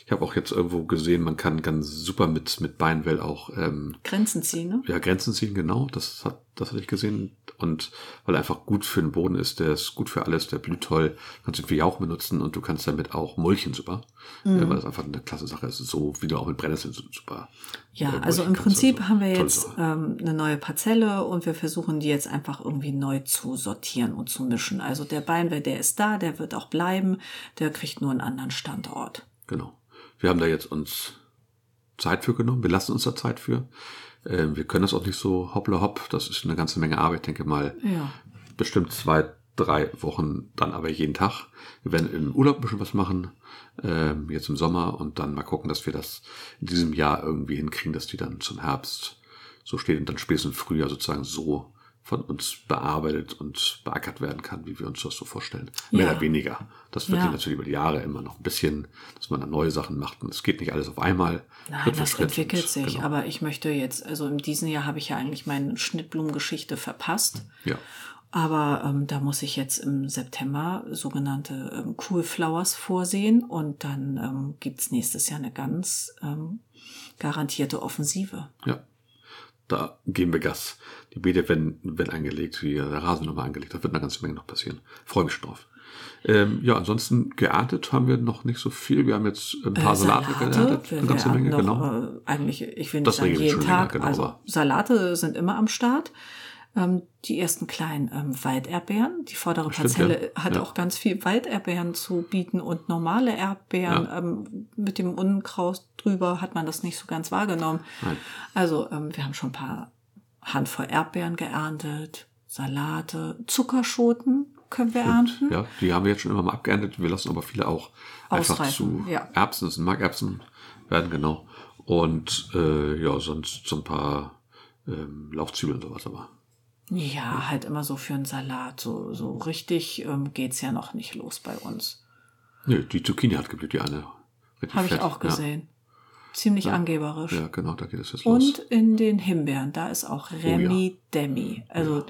C: Ich habe auch jetzt irgendwo gesehen, man kann ganz super mit, mit Beinwell auch ähm,
B: Grenzen ziehen, ne?
C: ja, Grenzen ziehen, genau. Das hat Das hatte ich gesehen. Und weil er einfach gut für den Boden ist, der ist gut für alles, der blüht toll. Kannst ihn für Jauch benutzen und du kannst damit auch mulchen super. Ja, weil das einfach eine klasse Sache ist. So wie du auch mit Brennnesseln su- super.
B: Ja,
C: äh, mulchen kannst
B: also im
C: und
B: Prinzip
C: so.
B: haben wir
C: Tolle
B: jetzt
C: Sache.
B: ähm, eine neue Parzelle und wir versuchen die jetzt einfach irgendwie neu zu sortieren und zu mischen. Also der Beinwehr, der ist da, der wird auch bleiben, der kriegt nur einen anderen Standort.
C: Genau. Wir haben da jetzt uns Zeit für genommen. Wir lassen uns da Zeit für. Ähm, wir können das auch nicht so hoppla hopp. Das ist eine ganze Menge Arbeit, denke mal.
B: Ja.
C: bestimmt zwei, drei Wochen, dann aber jeden Tag. Wir werden im Urlaub ein bisschen was machen, ähm, jetzt im Sommer und dann mal gucken, dass wir das in diesem Jahr irgendwie hinkriegen, dass die dann zum Herbst so steht und dann spätestens im Frühjahr sozusagen so von uns bearbeitet und beackert werden kann, wie wir uns das so vorstellen. Mehr
B: Ja.
C: oder weniger. Das wird
B: Ja.
C: ja. natürlich über die Jahre immer noch ein bisschen, dass man dann neue Sachen macht und es geht nicht alles auf einmal.
B: Nein,
C: Schritt für
B: das
C: Schritt und-
B: entwickelt sich.
C: genau.
B: Aber ich möchte jetzt, also in diesem Jahr habe ich ja eigentlich meine Schnittblumengeschichte verpasst.
C: Ja.
B: Aber ähm, da muss ich jetzt im September sogenannte ähm, Cool Flowers vorsehen und dann ähm, gibt's nächstes Jahr eine ganz ähm, garantierte Offensive.
C: Ja. Da geben wir Gas. Die Beete werden, werden angelegt, wie der Rasen nochmal angelegt. Da wird eine ganze Menge noch passieren. Freue mich schon drauf. Ähm, ja, ansonsten geerntet haben wir noch nicht so viel. Wir haben jetzt ein paar
B: Äh,
C: Salate, geerntet.
B: wir
C: Eine ganze
B: werden
C: Menge,
B: noch,
C: genau.
B: äh, eigentlich, ich will nicht
C: Das
B: sagen
C: regeln wir
B: jeden
C: schon länger,
B: Tag.
C: genau,
B: also
C: aber-
B: Salate sind immer am Start. Ähm, die ersten kleinen ähm, Walderbeeren. Die vordere
C: Stimmt,
B: Parzelle
C: ja.
B: hat
C: Ja.
B: auch ganz viel Walderbeeren zu bieten und normale Erdbeeren.
C: Ja.
B: Ähm, mit dem Unkraut drüber hat man das nicht so ganz wahrgenommen.
C: Nein.
B: Also ähm, wir haben schon ein paar Handvoll Erdbeeren geerntet, Salate, Zuckerschoten können wir ernten.
C: Und, ja, die haben wir jetzt schon immer mal abgeerntet. Wir lassen aber viele auch einfach
B: Ausreifen,
C: zu
B: ja.
C: Erbsen, das sind Markerbsen, werden genau. Und äh, ja, sonst so ein paar ähm, Lauchzwiebeln und sowas aber.
B: Ja, halt immer so für einen Salat. So, so richtig ähm, geht's ja noch nicht los bei uns.
C: Nö, die Zucchini hat geblüht, die eine. Richtig
B: Habe ich
C: fett,
B: auch
C: ja.
B: gesehen. Ziemlich
C: Ja.
B: angeberisch.
C: Ja, genau, da geht es jetzt los.
B: Und in den Himbeeren, da ist auch Remi Demi.
C: Oh
B: Also
C: Ja.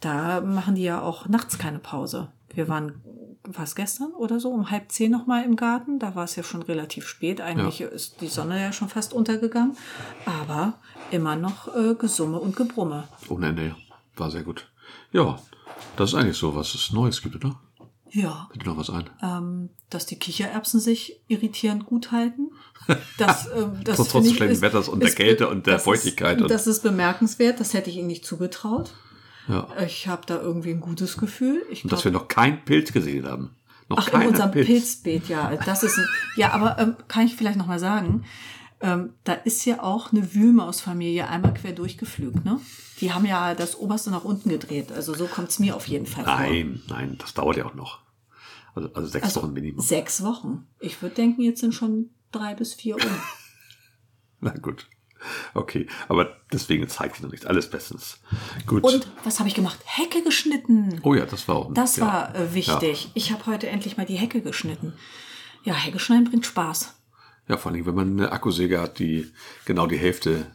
B: da machen die ja auch nachts keine Pause. Wir waren, war es gestern oder so, um halb zehn nochmal im Garten. Da war es ja schon relativ spät. Eigentlich ist die Sonne ja schon fast untergegangen. Aber immer noch äh, Gesumme und Gebrumme.
C: Ohne Ende, ja. Oh, War sehr gut. Ja, das ist eigentlich so, was es Neues gibt, oder?
B: Ja.
C: Fällt dir noch was ein?
B: ähm, dass die Kichererbsen sich irritierend gut halten. Das, ähm,
C: Trotz-
B: das
C: trotz
B: finde ich,
C: schlechten
B: ist-
C: Wetters und der
B: ist be-
C: Kälte und der
B: das ist-
C: Feuchtigkeit und-
B: Das ist bemerkenswert, das hätte ich Ihnen nicht zugetraut.
C: Ja.
B: Ich habe da irgendwie ein gutes Gefühl. Ich
C: Und dass
B: glaub-
C: wir noch keinen Pilz gesehen haben. Noch
B: Ach, in
C: keinen
B: unserem
C: Pilz.
B: Pilzbeet, ja. also Das ist ein, ja, aber ähm, kann ich vielleicht nochmal sagen, ähm, da ist ja auch eine Wühlmausfamilie einmal quer durchgeflügt, ne? Die haben ja das oberste nach unten gedreht. Also so kommt es mir auf jeden Fall vor.
C: Nein, nein, das dauert ja auch noch. Also, also sechs
B: Also
C: Wochen Minimum.
B: Sechs Wochen. Ich würde denken, jetzt sind schon drei bis vier um.
C: Na gut. Okay, aber deswegen zeigt sich noch nichts. Alles bestens. Gut.
B: Und was habe ich gemacht? Hecke geschnitten.
C: oh ja, das war auch.
B: Das
C: ja.
B: war äh, wichtig. Ich habe heute endlich mal die Hecke geschnitten. Ja, Hecke schneiden bringt Spaß.
C: Ja. ja, vor allem, wenn man eine Akkusäge hat, die genau die Hälfte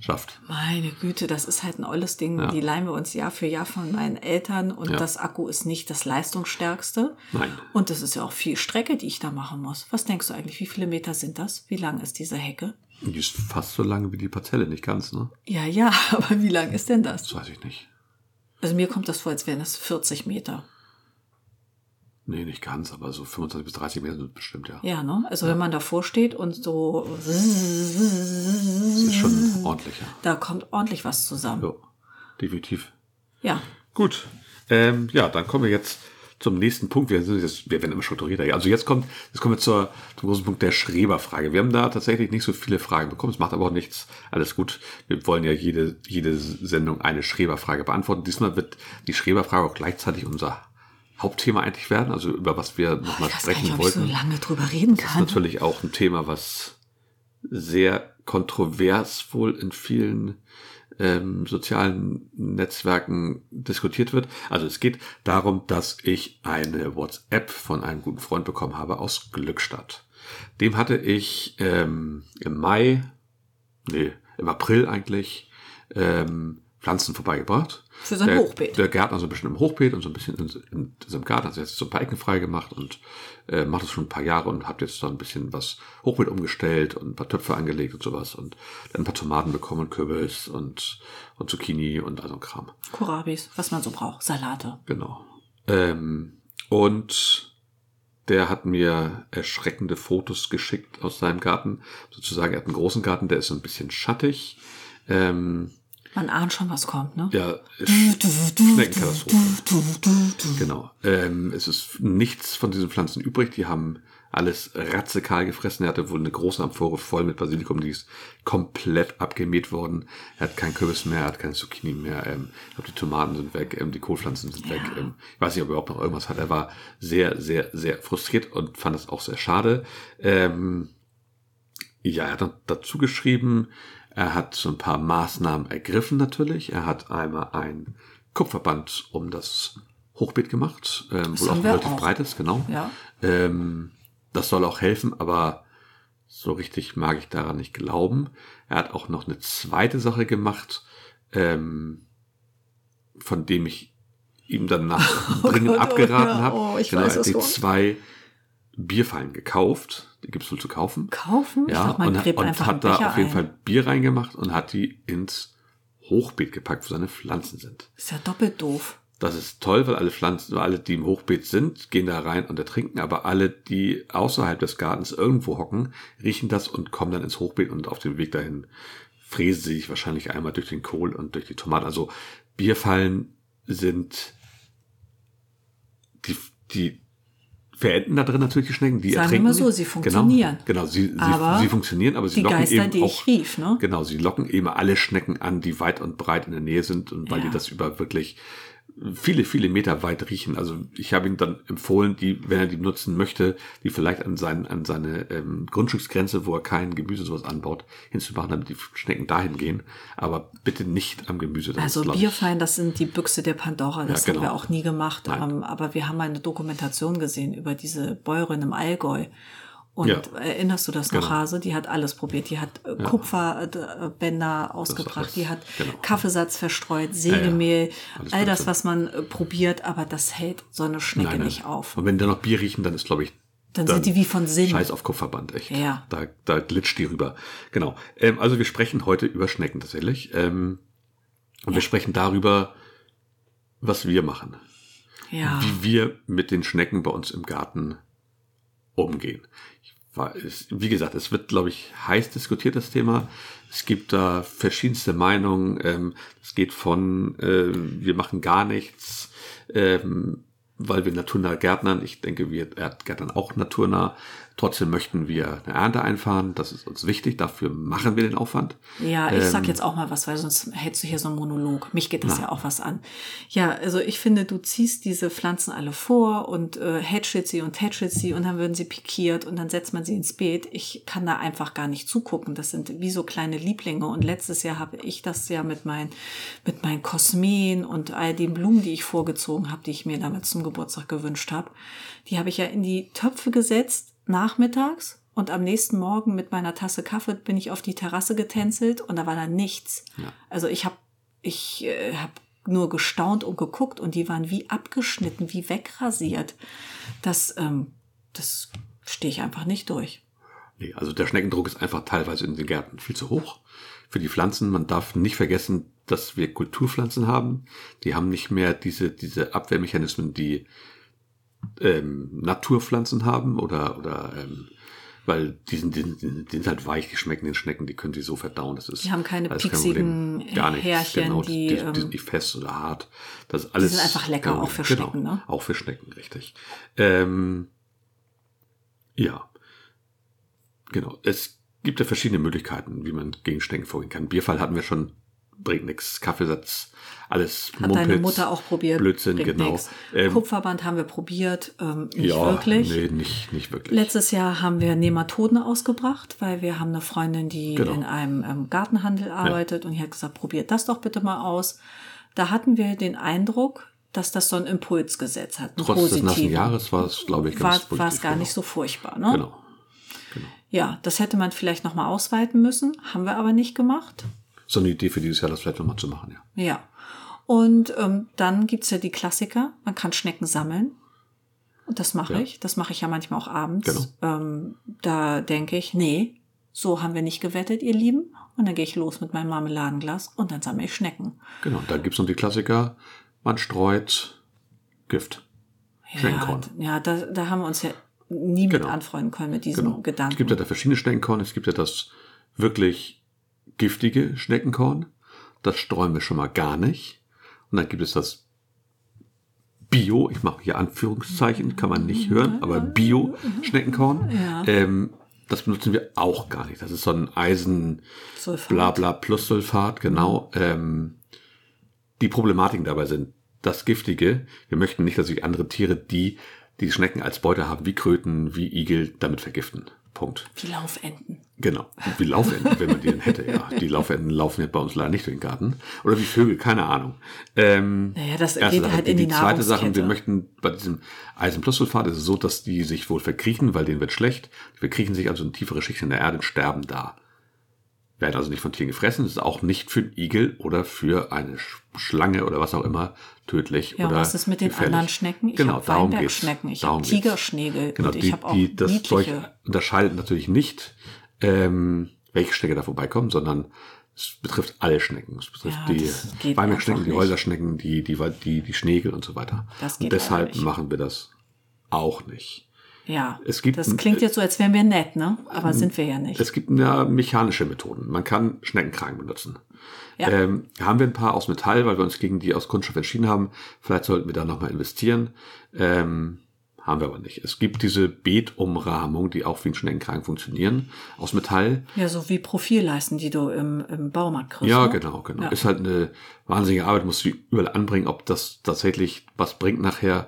C: schafft.
B: Meine Güte, das ist halt ein olles Ding. Die leihen wir uns Jahr für Jahr von meinen Eltern und
C: Ja.
B: das Akku ist nicht das leistungsstärkste.
C: Nein.
B: Und das ist ja auch viel Strecke, die ich da machen muss. Was denkst du eigentlich? Wie viele Meter sind das? Wie lang ist diese Hecke?
C: Die ist fast so lang wie die Parzelle, nicht ganz, ne?
B: Ja, ja, aber wie lang ist denn das?
C: Das weiß ich nicht.
B: Also mir kommt das vor, als wären das 40 Meter.
C: Nee, nicht ganz, aber so 25 bis 30 Meter sind bestimmt, ja.
B: Ja, ne? Also wenn man davor steht und so,
C: Das ist schon ordentlicher.
B: da kommt ordentlich was zusammen.
C: Mhm. Ja, definitiv.
B: Ja.
C: Gut. Ähm, ja, dann kommen wir jetzt zum nächsten Punkt. Wir, sind jetzt, wir werden immer strukturierter. hier. Also jetzt kommt, jetzt kommen wir zur, zum großen Punkt der Schreberfrage. Wir haben da tatsächlich nicht so viele Fragen bekommen. Es macht aber auch nichts. Alles gut. Wir wollen ja jede, jede Sendung eine Schreberfrage beantworten. Diesmal wird die Schreberfrage auch gleichzeitig unser Hauptthema eigentlich werden, also über was wir nochmal
B: Ich weiß gar
C: sprechen
B: nicht, ob ich so
C: wollten.
B: lange drüber reden
C: Das ist
B: kann.
C: natürlich auch ein Thema, was sehr kontrovers wohl in vielen ähm, sozialen Netzwerken diskutiert wird. Also es geht darum, dass ich eine WhatsApp von einem guten Freund bekommen habe aus Glückstadt. Dem hatte ich ähm, im Mai, nee, im April eigentlich, ähm, Pflanzen vorbeigebracht.
B: Für sein
C: der,
B: Hochbeet.
C: Der Gärtner so ein bisschen im Hochbeet und so ein bisschen in, in seinem Garten. Also er hat jetzt so ein paar Ecken freigemacht und äh, macht das schon ein paar Jahre und hat jetzt da ein bisschen was Hochbeet umgestellt und ein paar Töpfe angelegt und sowas und dann ein paar Tomaten bekommen und Kürbis und, und Zucchini und all so ein Kram.
B: Kohlrabis, was man so braucht, Salate.
C: Genau. Ähm, und der hat mir erschreckende Fotos geschickt aus seinem Garten. Sozusagen, er hat einen großen Garten, der ist so ein bisschen schattig. Ähm,
B: Man ahnt schon, was kommt, ne?
C: ja,
B: Du,
C: Sch-
B: du, du,
C: Schneckenkatastrophe.
B: du, du, du.
C: Genau. Ähm, es ist nichts von diesen Pflanzen übrig. Die haben alles ratzekarl gefressen. Er hatte wohl eine große Amphore voll mit Basilikum. Die ist komplett abgemäht worden. Er hat keinen Kürbis mehr, er hat keine Zucchini mehr. Ähm, ich glaube, die Tomaten sind weg, ähm, die Kohlpflanzen sind weg. Ähm, ich weiß nicht, ob er überhaupt noch irgendwas hat. Er war sehr, sehr, sehr frustriert und fand das auch sehr schade. Ähm, ja, er hat noch dazu geschrieben, er hat so ein paar Maßnahmen ergriffen natürlich. Er hat einmal ein Kupferband um das Hochbeet gemacht, ähm,
B: Das
C: wohl auch
B: haben
C: ein
B: wir
C: relativ
B: auch.
C: breites, genau.
B: Ja.
C: Ähm, das soll auch helfen, aber so richtig mag ich daran nicht glauben. Er hat auch noch eine zweite Sache gemacht, ähm, von dem ich ihm danach dringend
B: Gott, oh,
C: abgeraten
B: ja,
C: habe.
B: oh, ich
C: genau,
B: weiß,
C: er hat
B: was
C: die
B: kommt.
C: zwei Bierfallen gekauft. Die gibt's wohl zu kaufen.
B: Kaufen?
C: Ja,
B: ich glaub, man
C: und,
B: gräbt
C: und
B: einfach einen
C: hat da
B: Becher
C: auf jeden
B: ein.
C: Fall Bier reingemacht und hat die ins Hochbeet gepackt, wo seine Pflanzen sind.
B: Ist ja doppelt doof.
C: Das ist toll, weil alle Pflanzen, alle, die im Hochbeet sind, gehen da rein und ertrinken, aber alle, die außerhalb des Gartens irgendwo hocken, riechen das und kommen dann ins Hochbeet und auf dem Weg dahin fräsen sie sich wahrscheinlich einmal durch den Kohl und durch die Tomaten. Also Bierfallen sind die, die verenden da drin natürlich die Schnecken, die
B: Sagen wir
C: ertrinken.
B: mal so, sie funktionieren.
C: Genau, genau sie, sie,
B: Aber
C: sie funktionieren, aber sie
B: die
C: locken
B: Geister,
C: eben
B: die ich
C: auch
B: rief, ne?
C: Genau, sie locken eben alle Schnecken an, die weit und breit in der Nähe sind und weil
B: Ja.
C: die das über wirklich viele, viele Meter weit riechen. Also ich habe ihm dann empfohlen, die, wenn er die benutzen möchte, die vielleicht an, seinen, an seine ähm, Grundstücksgrenze, wo er kein Gemüse und sowas anbaut, hinzumachen, damit die Schnecken dahin gehen. Aber bitte nicht am Gemüse. das
B: Also
C: ist, glaub ich,
B: Bierfein, das sind die Büchse der Pandora. Das
C: Ja, genau.
B: haben wir auch nie gemacht.
C: Nein.
B: Ähm, aber wir haben mal eine Dokumentation gesehen über diese Bäuerin im Allgäu. Und
C: Ja.
B: erinnerst du das noch,
C: Genau.
B: Hase? Die hat alles probiert. Die hat äh, Kupferbänder ausgebracht.
C: alles.
B: Die hat
C: Genau.
B: Kaffeesatz verstreut, Sägemehl,
C: Alles
B: all das,
C: Blödsinn.
B: was man äh, probiert. Aber das hält so eine Schnecke
C: Nein, nein.
B: nicht auf.
C: Und wenn die dann noch Bier riechen, dann ist, glaube ich,
B: Dann sind die wie von Sinn.
C: Scheiß auf Kupferband, echt.
B: Ja.
C: Da, da glitscht die rüber. Genau. Ähm, also wir sprechen heute über Schnecken tatsächlich. Ähm, und wir sprechen darüber, was wir machen.
B: Ja.
C: Wie wir mit den Schnecken bei uns im Garten umgehen. Ich war, es, wie gesagt, es wird, glaube ich, heiß diskutiert, das Thema. Es gibt da verschiedenste Meinungen. Ähm, es geht von, ähm, wir machen gar nichts, ähm, weil wir naturnah gärtnern. Ich denke, wir er gärtnern auch naturnah. Trotzdem möchten wir eine Ernte einfahren. Das ist uns wichtig. Dafür machen wir den Aufwand.
B: Ja, ich sag
C: Ähm,
B: jetzt auch mal was, weil sonst hältst du hier so einen Monolog. Mich geht das
C: Na.
B: ja auch was an. Ja, also ich finde, du ziehst diese Pflanzen alle vor und äh, hätschelt sie und hätschelt sie und dann werden sie pikiert und dann setzt man sie ins Beet. Ich kann da einfach gar nicht zugucken. Das sind wie so kleine Lieblinge. Und letztes Jahr habe ich das ja mit meinen, mit meinen Kosmeen und all den Blumen, die ich vorgezogen habe, die ich mir damals zum Geburtstag gewünscht habe, die habe ich ja in die Töpfe gesetzt nachmittags. Und am nächsten Morgen mit meiner Tasse Kaffee bin ich auf die Terrasse getänzelt und da war dann nichts.
C: Ja.
B: Also ich habe ich äh, hab nur gestaunt und geguckt und die waren wie abgeschnitten, wie wegrasiert. Das, ähm, das stehe ich einfach nicht durch.
C: Nee, also der Schneckendruck ist einfach teilweise in den Gärten viel zu hoch für die Pflanzen. Man darf nicht vergessen, dass wir Kulturpflanzen haben. Die haben nicht mehr diese, diese Abwehrmechanismen, die ähm, Naturpflanzen haben oder, oder ähm, weil die sind, die, sind- die sind halt weich, die schmecken den Schnecken, die können sie so verdauen. Das ist,
B: Die haben keine
C: das ist kein
B: pieksigen
C: Problem. Gar nichts,
B: Härchen,
C: genau. die,
B: die,
C: die
B: ähm,
C: sind nicht fest oder hart. Das ist alles.
B: sind einfach lecker,
C: genau,
B: auch für
C: genau,
B: Schnecken, ne?
C: Auch für Schnecken, richtig. Ähm, ja. Genau. Es gibt ja verschiedene Möglichkeiten, wie man gegen Schnecken vorgehen kann. Bierfall hatten wir schon, bringt nichts. Kaffeesatz, alles
B: Hat deine Mutter auch probiert.
C: Blödsinn,
B: bringt
C: genau.
B: nix.
C: Ähm,
B: Kupferband haben wir probiert, ähm, nicht
C: ja,
B: wirklich.
C: Nee, nicht, nicht wirklich.
B: Letztes Jahr haben wir Nematoden ausgebracht, weil wir haben eine Freundin, die
C: Genau.
B: in einem ähm, Gartenhandel arbeitet und die hat gesagt, probiert das doch bitte mal aus. Da hatten wir den Eindruck, dass das so einen Impuls gesetzt hat. einen
C: Trotz des nassen
B: positiven.
C: Jahres war es, glaube ich, ganz
B: war, war es
C: positiv,
B: gar
C: genau.
B: nicht so furchtbar. Ne?
C: Genau.
B: Ja, das hätte man vielleicht nochmal ausweiten müssen, haben wir aber nicht gemacht.
C: So eine Idee für dieses Jahr, das vielleicht nochmal zu machen, ja.
B: Ja. Und ähm, dann gibt's ja die Klassiker. Man kann Schnecken sammeln. Und das mache
C: Ja.
B: ich. Das mache ich ja manchmal auch abends.
C: Genau.
B: Ähm, da denke ich, nee, so haben wir nicht gewettet, ihr Lieben. Und dann gehe ich los mit meinem Marmeladenglas und dann sammle ich Schnecken.
C: Genau, und dann gibt's noch die Klassiker, man streut Gift.
B: Ja,
C: Schneckenkorn.
B: ja da, da haben wir uns ja nie
C: Genau.
B: mit anfreunden können mit diesem
C: Genau. Es
B: Gedanken.
C: gibt ja da verschiedene Schneckenkorn. Es gibt ja das wirklich giftige Schneckenkorn. Das streuen wir schon mal gar nicht. Und dann gibt es das Bio, ich mache hier Anführungszeichen, kann man nicht hören, aber Bio-Schneckenkorn.
B: Ja.
C: Ähm, das benutzen wir auch gar nicht. Das ist so ein Eisen,
B: Sulfat.
C: Blabla plus Sulfat, genau. Ähm, die Problematiken dabei sind das Giftige. Wir möchten nicht, dass sich andere Tiere, die die Schnecken als Beute haben, wie Kröten, wie Igel, damit vergiften. Punkt.
B: Die Laufenten.
C: Genau. Wie Laufenten, wenn man die denn hätte, ja. Die Laufenten laufen jetzt bei uns leider nicht durch den Garten. Oder wie Vögel, keine Ahnung. Ähm,
B: Naja, das
C: erste
B: geht
C: Sache.
B: halt in die,
C: zweite Sache, wir
B: Nahrungskette.
C: möchten bei diesem Eisenplussulfat ist es so, dass die sich wohl verkriechen, weil denen wird schlecht. Die verkriechen sich also in tiefere Schichten der Erde und sterben da. Werden also nicht von Tieren gefressen, ist auch nicht für einen Igel oder für eine Sch- Schlange oder was auch immer tödlich
B: Ja, und
C: oder
B: was ist mit den
C: gefährlich.
B: anderen Schnecken? Ich
C: genau,
B: hab
C: darum geht's.
B: Weinbergschnecken, ich hab
C: darum geht's.
B: Tigerschnägel
C: Genau,
B: und ich
C: die,
B: hab auch
C: die, das Zeug
B: niedliche-
C: unterscheidet natürlich nicht, ähm, welche Schnecke da vorbeikommen, sondern es betrifft alle Schnecken. Es betrifft
B: Ja, das
C: die
B: geht
C: Weinbergschnecken,
B: einfach
C: die
B: nicht.
C: Häuserschnecken, die, die, Wa- die, die Schnegel und so weiter.
B: Das
C: und
B: geht
C: deshalb
B: leider nicht.
C: machen wir das auch nicht.
B: Ja,
C: Es gibt ein-
B: das klingt jetzt so, als wären wir nett, ne? Aber sind wir ja nicht.
C: Es gibt ja mechanische Methoden. Man kann Schneckenkragen benutzen.
B: Ja.
C: Ähm, haben wir ein paar aus Metall, weil wir uns gegen die aus Kunststoff entschieden haben. Vielleicht sollten wir da nochmal investieren. Ähm, haben wir aber nicht. Es gibt diese Beetumrahmung, die auch wie ein Schneckenkragen funktionieren, aus Metall.
B: ja, so wie Profilleisten, die du im, im Baumarkt kriegst.
C: Ja,
B: ne?
C: genau, genau.
B: Ja.
C: Ist halt eine wahnsinnige Arbeit, musst du überall anbringen, ob das tatsächlich was bringt nachher.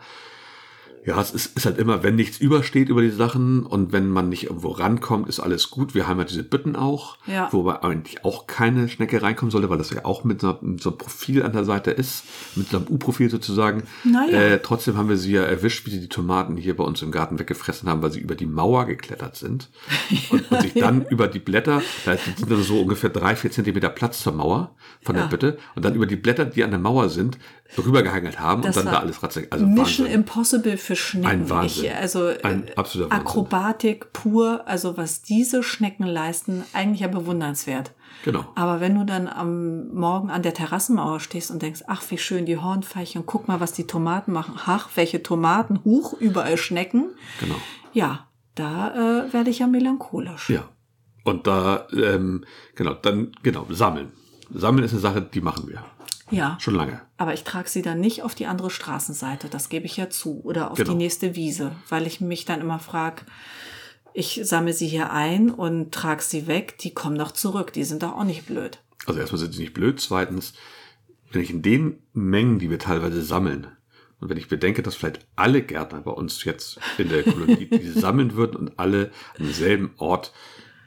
C: Ja, es ist, ist halt immer, wenn nichts übersteht über die Sachen und wenn man nicht irgendwo rankommt, ist alles gut. Wir haben ja diese Bütten auch,
B: Ja.
C: wobei eigentlich auch keine Schnecke reinkommen sollte, weil das ja auch mit so, einer- mit so einem Profil an der Seite ist, mit so einem U-Profil sozusagen.
B: Naja.
C: Äh, trotzdem haben wir sie ja erwischt, wie sie die Tomaten hier bei uns im Garten weggefressen haben, weil sie über die Mauer geklettert sind und, und sich dann über die Blätter, da sind also so ungefähr drei, vier Zentimeter Platz zur Mauer von der Bütte und dann über die Blätter, die an der Mauer sind, rübergehangelt haben und
B: Das
C: dann
B: war
C: da alles ratzig. Also Wahnsinn.
B: Mission Impossible für Schnecken.
C: Ein Wahnsinn.
B: Ich, also äh,
C: Ein absoluter Wahnsinn.
B: Akrobatik pur, also was diese Schnecken leisten, eigentlich ja bewundernswert.
C: Genau.
B: Aber wenn du dann am Morgen an der Terrassenmauer stehst und denkst, ach, wie schön die Hornfeiche und guck mal, was die Tomaten machen. Ach, welche Tomaten, huch, überall Schnecken.
C: Genau.
B: Ja, da äh, werde ich ja melancholisch.
C: Ja. Und da, ähm, genau, dann, genau, sammeln. Sammeln ist eine Sache, die machen wir.
B: ja.
C: Schon lange.
B: Aber ich trage sie dann nicht auf die andere Straßenseite, das gebe ich ja zu, oder auf
C: Genau.
B: die nächste Wiese, weil ich mich dann immer frage, ich sammle sie hier ein und trage sie weg, die kommen doch zurück, die sind doch auch nicht blöd.
C: Also erstmal sind sie nicht blöd. Zweitens, wenn ich in den Mengen, die wir teilweise sammeln, und wenn ich bedenke, dass vielleicht alle Gärtner bei uns jetzt in der Kolonie die sammeln würden und alle an demselben Ort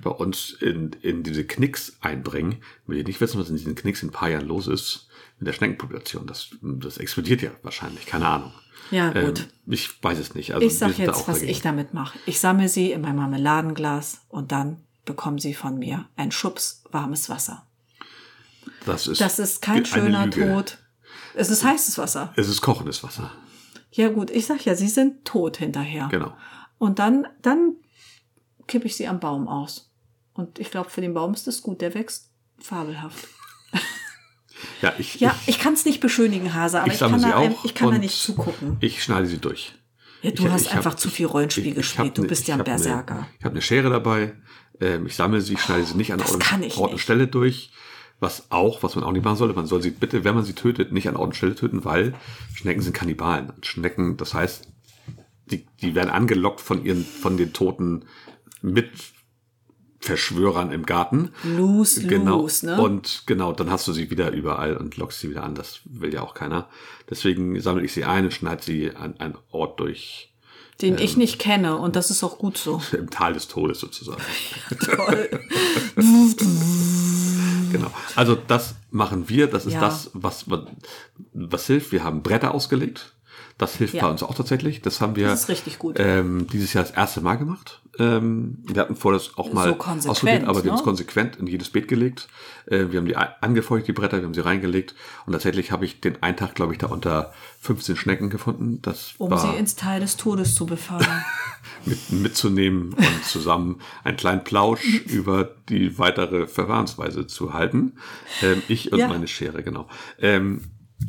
C: bei uns in, in diese Knicks einbringen, will ich nicht wissen, was in diesen Knicks in ein paar Jahren los ist mit der Schneckenpopulation. Das, das explodiert ja wahrscheinlich, keine Ahnung.
B: Ja, gut.
C: Ähm, ich weiß es nicht. Also
B: ich
C: wir
B: sag
C: sind da
B: jetzt,
C: auch
B: was
C: dagegen.
B: ich damit mache. Ich sammle sie in mein Marmeladenglas und dann bekommen sie von mir einen Schubs warmes Wasser.
C: Das ist,
B: Das ist kein
C: eine
B: schöner
C: Lüge.
B: Tod. Es ist heißes Wasser.
C: Es ist kochendes Wasser.
B: Ja gut, ich sag ja, sie sind tot hinterher.
C: Genau.
B: Und dann, dann kippe ich sie am Baum aus. Und ich glaube, für den Baum ist das gut. Der wächst fabelhaft.
C: Ja, ich,
B: Ja, ich kann es nicht beschönigen, Hase, aber
C: Ich
B: ich,
C: sammle
B: kann,
C: sie
B: da, ein-
C: auch
B: ich kann da
C: und-
B: nicht zugucken.
C: ich schneide sie durch.
B: Ja, du
C: Ich-
B: hast
C: ich
B: einfach
C: hab-
B: zu viel Rollenspiel
C: ich- ich hab
B: gespielt. Du
C: ne-
B: bist
C: ich
B: ja ein
C: hab ne-
B: Berserker.
C: Ich habe eine Schere dabei. Ähm, ich sammle sie, ich schneide sie nicht an
B: das
C: Ort und-
B: kann ich
C: Ort und
B: nicht.
C: Stelle durch. Was auch, was man auch nicht machen sollte, man soll sie bitte, wenn man sie tötet, nicht an Ort und Stelle töten, weil Schnecken sind Kannibalen. Und Schnecken, das heißt, die, die werden angelockt von ihren, von den toten Mitverschwörern im Garten.
B: Loose,
C: Genau.
B: loose, ne?
C: Und genau, dann hast du sie wieder überall und lockst sie wieder an. Das will ja auch keiner. Deswegen sammle ich sie ein und schneide sie an einen Ort durch.
B: den ich
C: ähm,
B: nicht kenne. Und das ist auch gut so.
C: Im Tal des Todes sozusagen.
B: Toll.
C: Genau. Also das machen wir. Das ist
B: Ja.
C: das, was, was hilft. Wir haben Bretter ausgelegt. Das hilft
B: Ja.
C: bei uns auch tatsächlich. Das haben wir
B: Das ist richtig gut.
C: Ähm, dieses Jahr das erste Mal gemacht. Ähm, wir hatten vor das auch mal
B: So konsequent,
C: ausprobiert, aber wir haben es
B: ne?
C: konsequent in jedes Beet gelegt. Äh, wir haben die a- angefeuchtet, die Bretter, wir haben sie reingelegt und tatsächlich habe ich den einen Tag, glaube ich, da unter 15 Schnecken gefunden. Das
B: um
C: war
B: sie ins Tal des Todes zu befallen.
C: mit, mitzunehmen und zusammen einen kleinen Plausch über die weitere Verfahrensweise zu halten. Ähm, ich und
B: Ja.
C: meine Schere, genau. Ähm,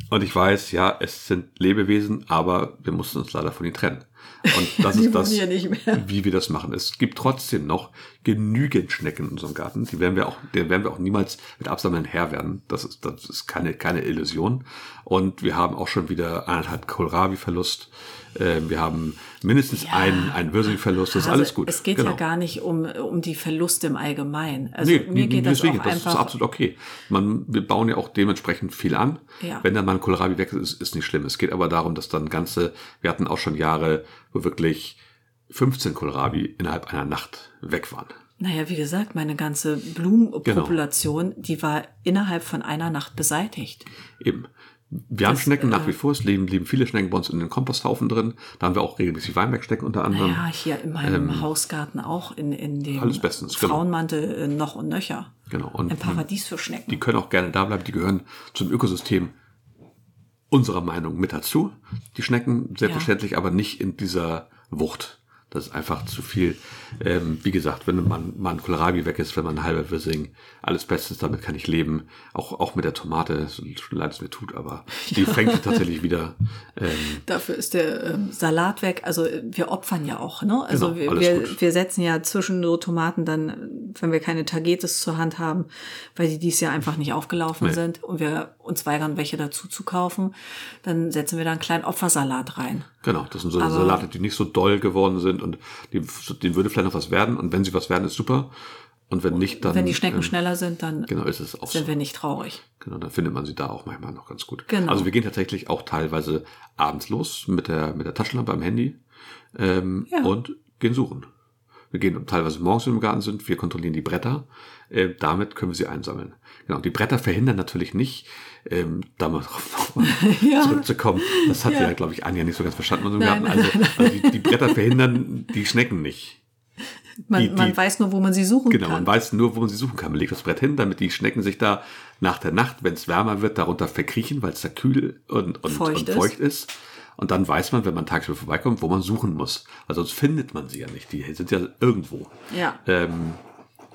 C: und ich weiß, ja, es sind Lebewesen, aber wir mussten uns leider von ihnen trennen. Und das
B: Die
C: ist das,
B: wohnen hier nicht mehr.
C: wie wir das machen. Es gibt trotzdem noch genügend Schnecken in unserem Garten. Die werden wir auch, der werden wir auch niemals mit Absammeln Herr werden. Das ist, das ist keine, keine Illusion. Und wir haben auch schon wieder eineinhalb Kohlrabi-Verlust. Ähm, wir haben mindestens
B: Ja.
C: einen, einen Würsing-Verlust. Das ist
B: Also,
C: alles gut.
B: Es geht
C: Genau.
B: ja gar nicht um, um die Verluste im Allgemeinen. Also
C: Nee,
B: mir geht das auch
C: deswegen,
B: einfach.
C: das ist absolut okay. Man, wir bauen ja auch dementsprechend viel an.
B: Ja.
C: Wenn dann mal ein Kohlrabi weg ist, ist nicht schlimm. Es geht aber darum, dass dann ganze, wir hatten auch schon Jahre, wo wirklich 15 Kohlrabi innerhalb einer Nacht weg waren.
B: Naja, wie gesagt, meine ganze Blumenpopulation,
C: Genau.
B: die war innerhalb von einer Nacht beseitigt.
C: Eben. Wir haben Schnecken
B: äh,
C: nach wie vor, es leben, leben viele Schnecken bei uns in den Komposthaufen drin. Da haben wir auch regelmäßig Weinbergschnecken unter anderem.
B: Naja, hier in meinem Hausgarten auch, in, in dem
C: Mhm. Ähm. alles bestens, genau.
B: Frauenmantel äh, noch und nöcher.
C: Genau. Und
B: Ein Paradies für Schnecken.
C: die können auch gerne da bleiben, die gehören zum Ökosystem unserer Meinung mit dazu. Die Schnecken selbstverständlich, aber nicht in dieser Wucht. Das ist einfach zu viel. Ähm, wie gesagt, wenn man mal ein Kohlrabi weg ist, wenn man ein halber Wissing, alles bestens, damit kann ich leben. Auch, auch mit der Tomate, so leid es mir tut, aber die fängt sich tatsächlich wieder. Ähm,
B: Dafür ist der ähm, Salat weg. Also äh, wir opfern ja auch, ne? Also
C: Genau,
B: wir,
C: alles
B: wir,
C: gut.
B: wir setzen ja zwischen so Tomaten dann, wenn wir keine Tagetes zur Hand haben, weil die dies Jahr einfach nicht aufgelaufen
C: Nee.
B: sind und wir uns weigern, welche dazu zu kaufen, dann setzen wir da einen kleinen Opfersalat rein.
C: Genau, das sind so
B: Aber-
C: Salate, die nicht so doll geworden sind und die, denen würde vielleicht noch was werden und wenn sie was werden, ist super. Und wenn nicht, dann.
B: wenn die Schnecken
C: ähm,
B: schneller sind, dann
C: Genau, ist es auch
B: sind
C: so.
B: wir nicht traurig.
C: Genau, dann findet man sie da auch manchmal noch ganz gut.
B: Genau.
C: Also wir gehen tatsächlich auch teilweise abends los mit der, mit der Taschenlampe am Handy ähm,
B: Ja.
C: und gehen suchen. Wir gehen teilweise morgens, wenn wir im Garten sind, wir kontrollieren die Bretter. Äh, damit können wir sie einsammeln. Genau, die Bretter verhindern natürlich nicht, ähm, da mal drauf
B: Ja.
C: zurückzukommen. Das hat ja,
B: Ja.
C: glaube ich, Anja nicht so ganz verstanden. in unserem
B: Nein,
C: Garten. Also,
B: nein,
C: also die, die Bretter verhindern die Schnecken nicht.
B: Man,
C: Die- die-
B: man weiß nur, wo man sie suchen
C: Genau,
B: kann.
C: man weiß nur, wo man sie suchen kann. Man legt das Brett hin, damit die Schnecken sich da nach der Nacht, wenn es wärmer wird, darunter verkriechen, weil es da kühl und, und,
B: Feucht
C: und
B: ist.
C: feucht ist. Und dann weiß man, wenn man tagsüber vorbeikommt, wo man suchen muss. Weil sonst findet man sie ja nicht. Die sind ja irgendwo.
B: Ja.
C: Ähm,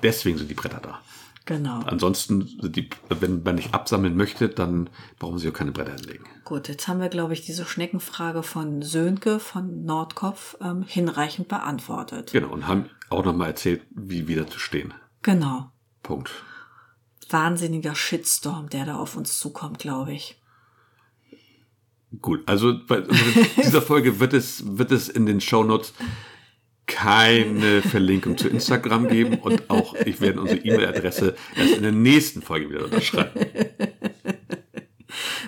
C: deswegen sind die Bretter da.
B: Genau.
C: Äh, Ansonsten, sind die, wenn man nicht absammeln möchte, dann brauchen sie auch keine Bretter hinlegen.
B: Gut, jetzt haben wir, glaube ich, diese Schneckenfrage von Sönke von Nordkopf ähm, hinreichend beantwortet.
C: Genau, und haben auch nochmal erzählt, wie wir dazu stehen.
B: Genau.
C: Punkt.
B: Wahnsinniger Shitstorm, der da auf uns zukommt, glaube ich.
C: Gut, also bei bei dieser Folge wird es, wird es in den Shownotes keine Verlinkung zu Instagram geben und auch ich werde unsere E-Mail-Adresse erst in der nächsten Folge wieder unterschreiben.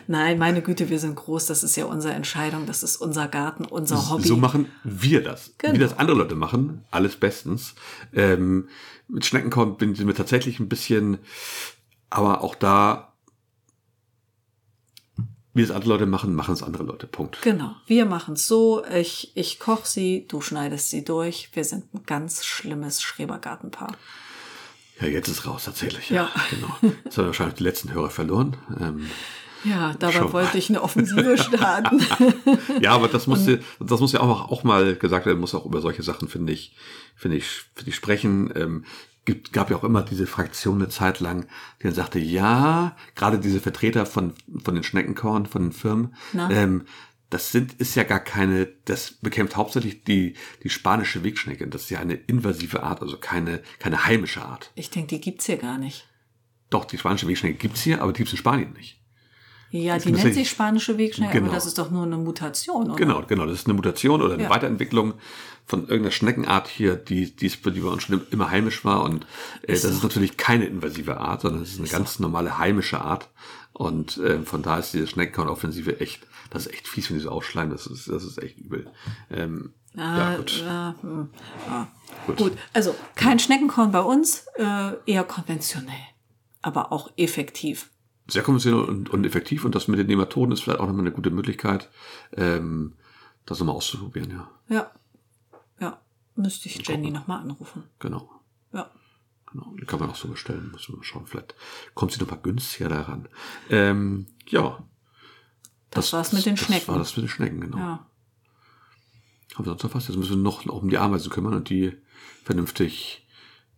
B: Nein, meine Güte, wir sind groß, das ist ja unsere Entscheidung, das ist unser Garten, unser Hobby.
C: So machen wir das.
B: Genau.
C: Wie das andere Leute machen, alles bestens. Ähm, mit Schneckenkorn bin ich mir tatsächlich ein bisschen, aber auch da, wie es andere Leute machen, machen es andere Leute. Punkt.
B: genau, wir machen es so, ich, ich koche sie, du schneidest sie durch. Wir sind ein ganz schlimmes Schrebergartenpaar.
C: Ja, jetzt ist raus tatsächlich.
B: Ja.
C: Genau. Jetzt haben wir wahrscheinlich die letzten Hörer verloren. Ähm,
B: Ja, dabei
C: Schon mal.
B: wollte ich eine Offensive starten.
C: Ja, aber das muss, ja- das muss ja auch, auch mal gesagt werden, muss auch über solche Sachen, finde ich, finde ich, finde ich sprechen. Ähm, gibt, gab ja auch immer diese Fraktion eine Zeit lang, die dann sagte, ja, gerade diese Vertreter von, von den Schneckenkorn, von den Firmen,
B: Na?
C: ähm, das sind, ist ja gar keine, das bekämpft hauptsächlich die, die spanische Wegschnecke. Das ist ja eine invasive Art, also keine, keine heimische Art.
B: Ich denke, die gibt's hier gar nicht.
C: Doch, die spanische Wegschnecke gibt's hier, aber die gibt's in Spanien nicht.
B: Ja, die
C: finde
B: nennt
C: das
B: sich
C: richtig-
B: spanische Wegschnecke,
C: Genau.
B: aber das ist doch nur eine Mutation, oder?
C: Genau, genau. Das ist eine Mutation oder eine
B: Ja.
C: Weiterentwicklung von irgendeiner Schneckenart hier, die, die, ist- die bei uns schon immer heimisch war. Und äh, das ist natürlich keine invasive Art, sondern es ist eine ganz normale heimische Art. Und äh, von da ist diese Schneckenkorn-Offensive echt, das ist echt fies, wenn die so ausschlagen. Das ist, das ist echt übel. Ähm,
B: Ah,
C: ja, gut.
B: ah, hm, ah.
C: Gut.
B: gut. also kein Schneckenkorn bei uns, äh, eher konventionell, aber auch effektiv.
C: Sehr konventionell und, und effektiv. Und das mit den Nematoden ist vielleicht auch nochmal eine gute Möglichkeit, ähm, das nochmal auszuprobieren, ja.
B: Ja, ja. Müsste ich Jenny nochmal anrufen.
C: Genau.
B: Ja.
C: Genau, die kann man auch so bestellen. Müssen wir mal schauen. Vielleicht kommt sie noch mal günstiger daran. Ähm, ja.
B: Das war's mit den
C: Das
B: Schnecken.
C: war das mit den Schnecken, genau.
B: Ja.
C: Haben wir sonst noch was? Jetzt müssen wir noch um die Ameisen kümmern und die vernünftig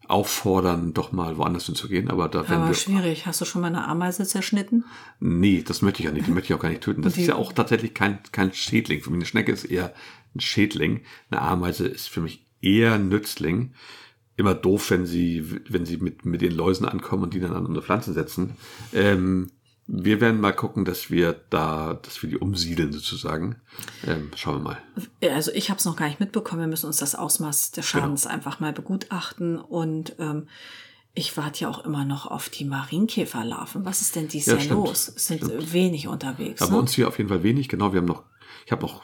C: auffordern, doch mal woanders hinzugehen. Aber da werden
B: Aber
C: wir.
B: schwierig. Hast du schon mal eine Ameise zerschnitten?
C: Nee, das möchte ich ja nicht. Die möchte ich auch gar nicht töten. Das
B: Die-
C: ist ja auch tatsächlich kein, kein Schädling. Für mich eine Schnecke ist eher ein Schädling. Eine Ameise ist für mich eher ein Nützling. Immer doof, wenn sie, wenn sie mit, mit den Läusen ankommen und die dann an unsere Pflanzen setzen. Ähm, wir werden mal gucken, dass wir da, dass wir die umsiedeln sozusagen. Ähm, schauen wir mal.
B: Ja, Also ich habe es noch gar nicht mitbekommen. Wir müssen uns das Ausmaß des
C: Genau.
B: Schadens einfach mal begutachten. Und ähm, ich warte ja auch immer noch auf die Marienkäferlarven. Was ist denn dies
C: Ja,
B: Jahr
C: stimmt.
B: los? Es sind wenig unterwegs.
C: Ja, bei
B: ne?
C: uns hier auf jeden Fall wenig. Genau, wir haben noch, ich habe noch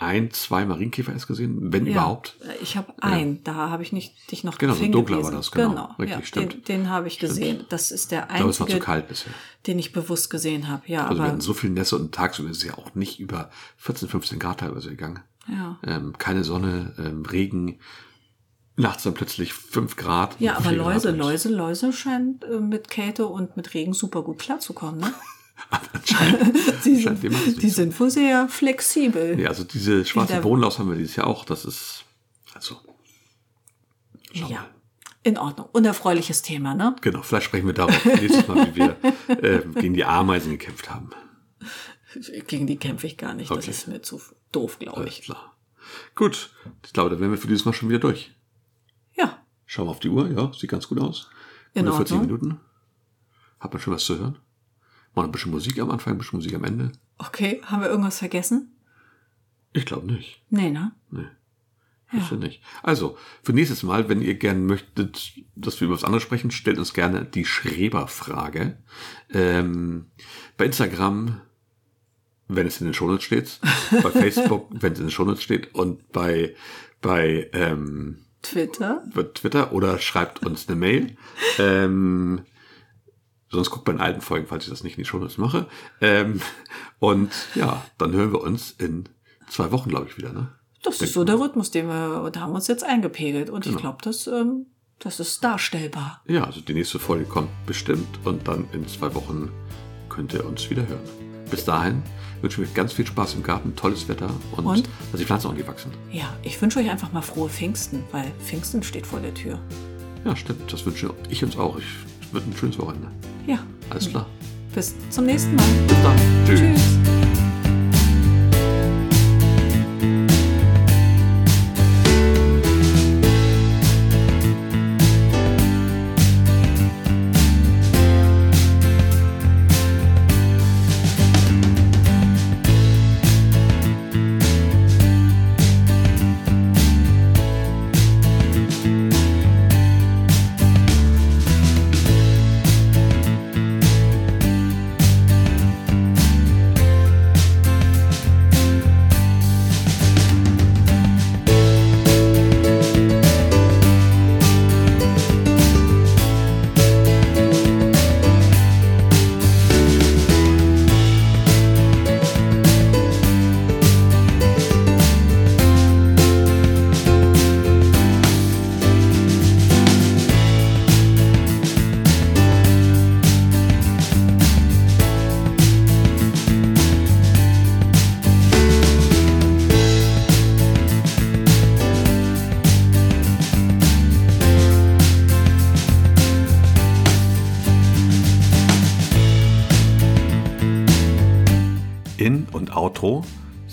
C: ein, zwei Marienkäfer erst gesehen, wenn
B: Ja. Äh,
C: überhaupt.
B: Ich habe einen, da habe ich nicht, dich noch
C: Genau,
B: drauf
C: so dunkler
B: hingewiesen.
C: war das, genau. Richtig,
B: ja, Den,
C: stimmt.
B: den habe ich gesehen. Das ist der
C: Ich glaube, es war zu
B: einzige,
C: kalt bisher.
B: den ich bewusst gesehen habe. Ja,
C: Also wir
B: aber
C: hatten so viel Nässe und tagsüber ist es ja auch nicht über 14, 15 Grad teilweise gegangen.
B: ja.
C: Ähm, keine Sonne, ähm, Regen, nachts dann plötzlich 5 Grad.
B: Ja, aber
C: vier Grad
B: Läuse,
C: und-
B: Läuse, Läuse scheint äh, mit Kälte und mit Regen super gut klarzukommen. Ne?
C: Anscheinend.
B: Die
C: Scheint,
B: sind,
C: wir machen es
B: die
C: nicht so.
B: sind wohl sehr flexibel.
C: Nee, also diese schwarze
B: der-
C: Bohnenlaus haben wir dieses Jahr auch. Das ist, also,
B: Ja, in Ordnung. Unerfreuliches Thema, ne?
C: genau, vielleicht sprechen wir darüber nächstes Mal, wie wir ähm, gegen die Ameisen gekämpft haben.
B: Gegen die kämpfe ich gar nicht. Das
C: Okay.
B: ist mir zu doof, glaube
C: Alles
B: ich.
C: klar. Gut, ich glaube, da wären wir für dieses Mal schon wieder durch.
B: Ja,
C: Schauen wir auf die Uhr, ja, sieht ganz gut aus.
B: In
C: 40
B: Ordnung.
C: Minuten. Hat man schon was zu hören? Mal ein bisschen Musik am Anfang, ein bisschen Musik am Ende?
B: okay. Haben wir irgendwas vergessen?
C: Ich glaube nicht.
B: Nee, ne?
C: Nee. Ich nicht. Also, für nächstes Mal, wenn ihr gerne möchtet, dass wir über was anderes sprechen, stellt uns gerne die Schreberfrage. Ähm, bei Instagram, wenn es in den Shownotes steht, bei Facebook, wenn es in den Shownotes steht und bei, bei ähm,
B: Twitter?
C: bei Twitter oder schreibt uns eine Mail. Ähm, sonst guckt bei den alten Folgen, falls ich das nicht in die Shownotes mache. Ähm, und ja, dann hören wir uns in zwei Wochen, glaube ich, wieder. Ne?
B: Das ist so der Rhythmus, den wir, da haben wir uns jetzt eingepegelt. Und ich glaube, das, ähm, das ist darstellbar.
C: Ja, also die nächste Folge kommt bestimmt und dann in zwei Wochen könnt ihr uns wieder hören. Bis dahin wünsche ich euch ganz viel Spaß im Garten, tolles Wetter und,
B: Und?
C: dass die Pflanzen auch nicht wachsen.
B: Ja, ich wünsche euch einfach mal frohe Pfingsten, weil Pfingsten steht vor der Tür.
C: Ja, stimmt, das wünsche ich uns auch. Ich wird ein schönes Wochenende.
B: Ja,
C: Alles klar.
B: bis zum nächsten Mal.
C: Bis dann.
B: Tschüss.
C: In- und Outro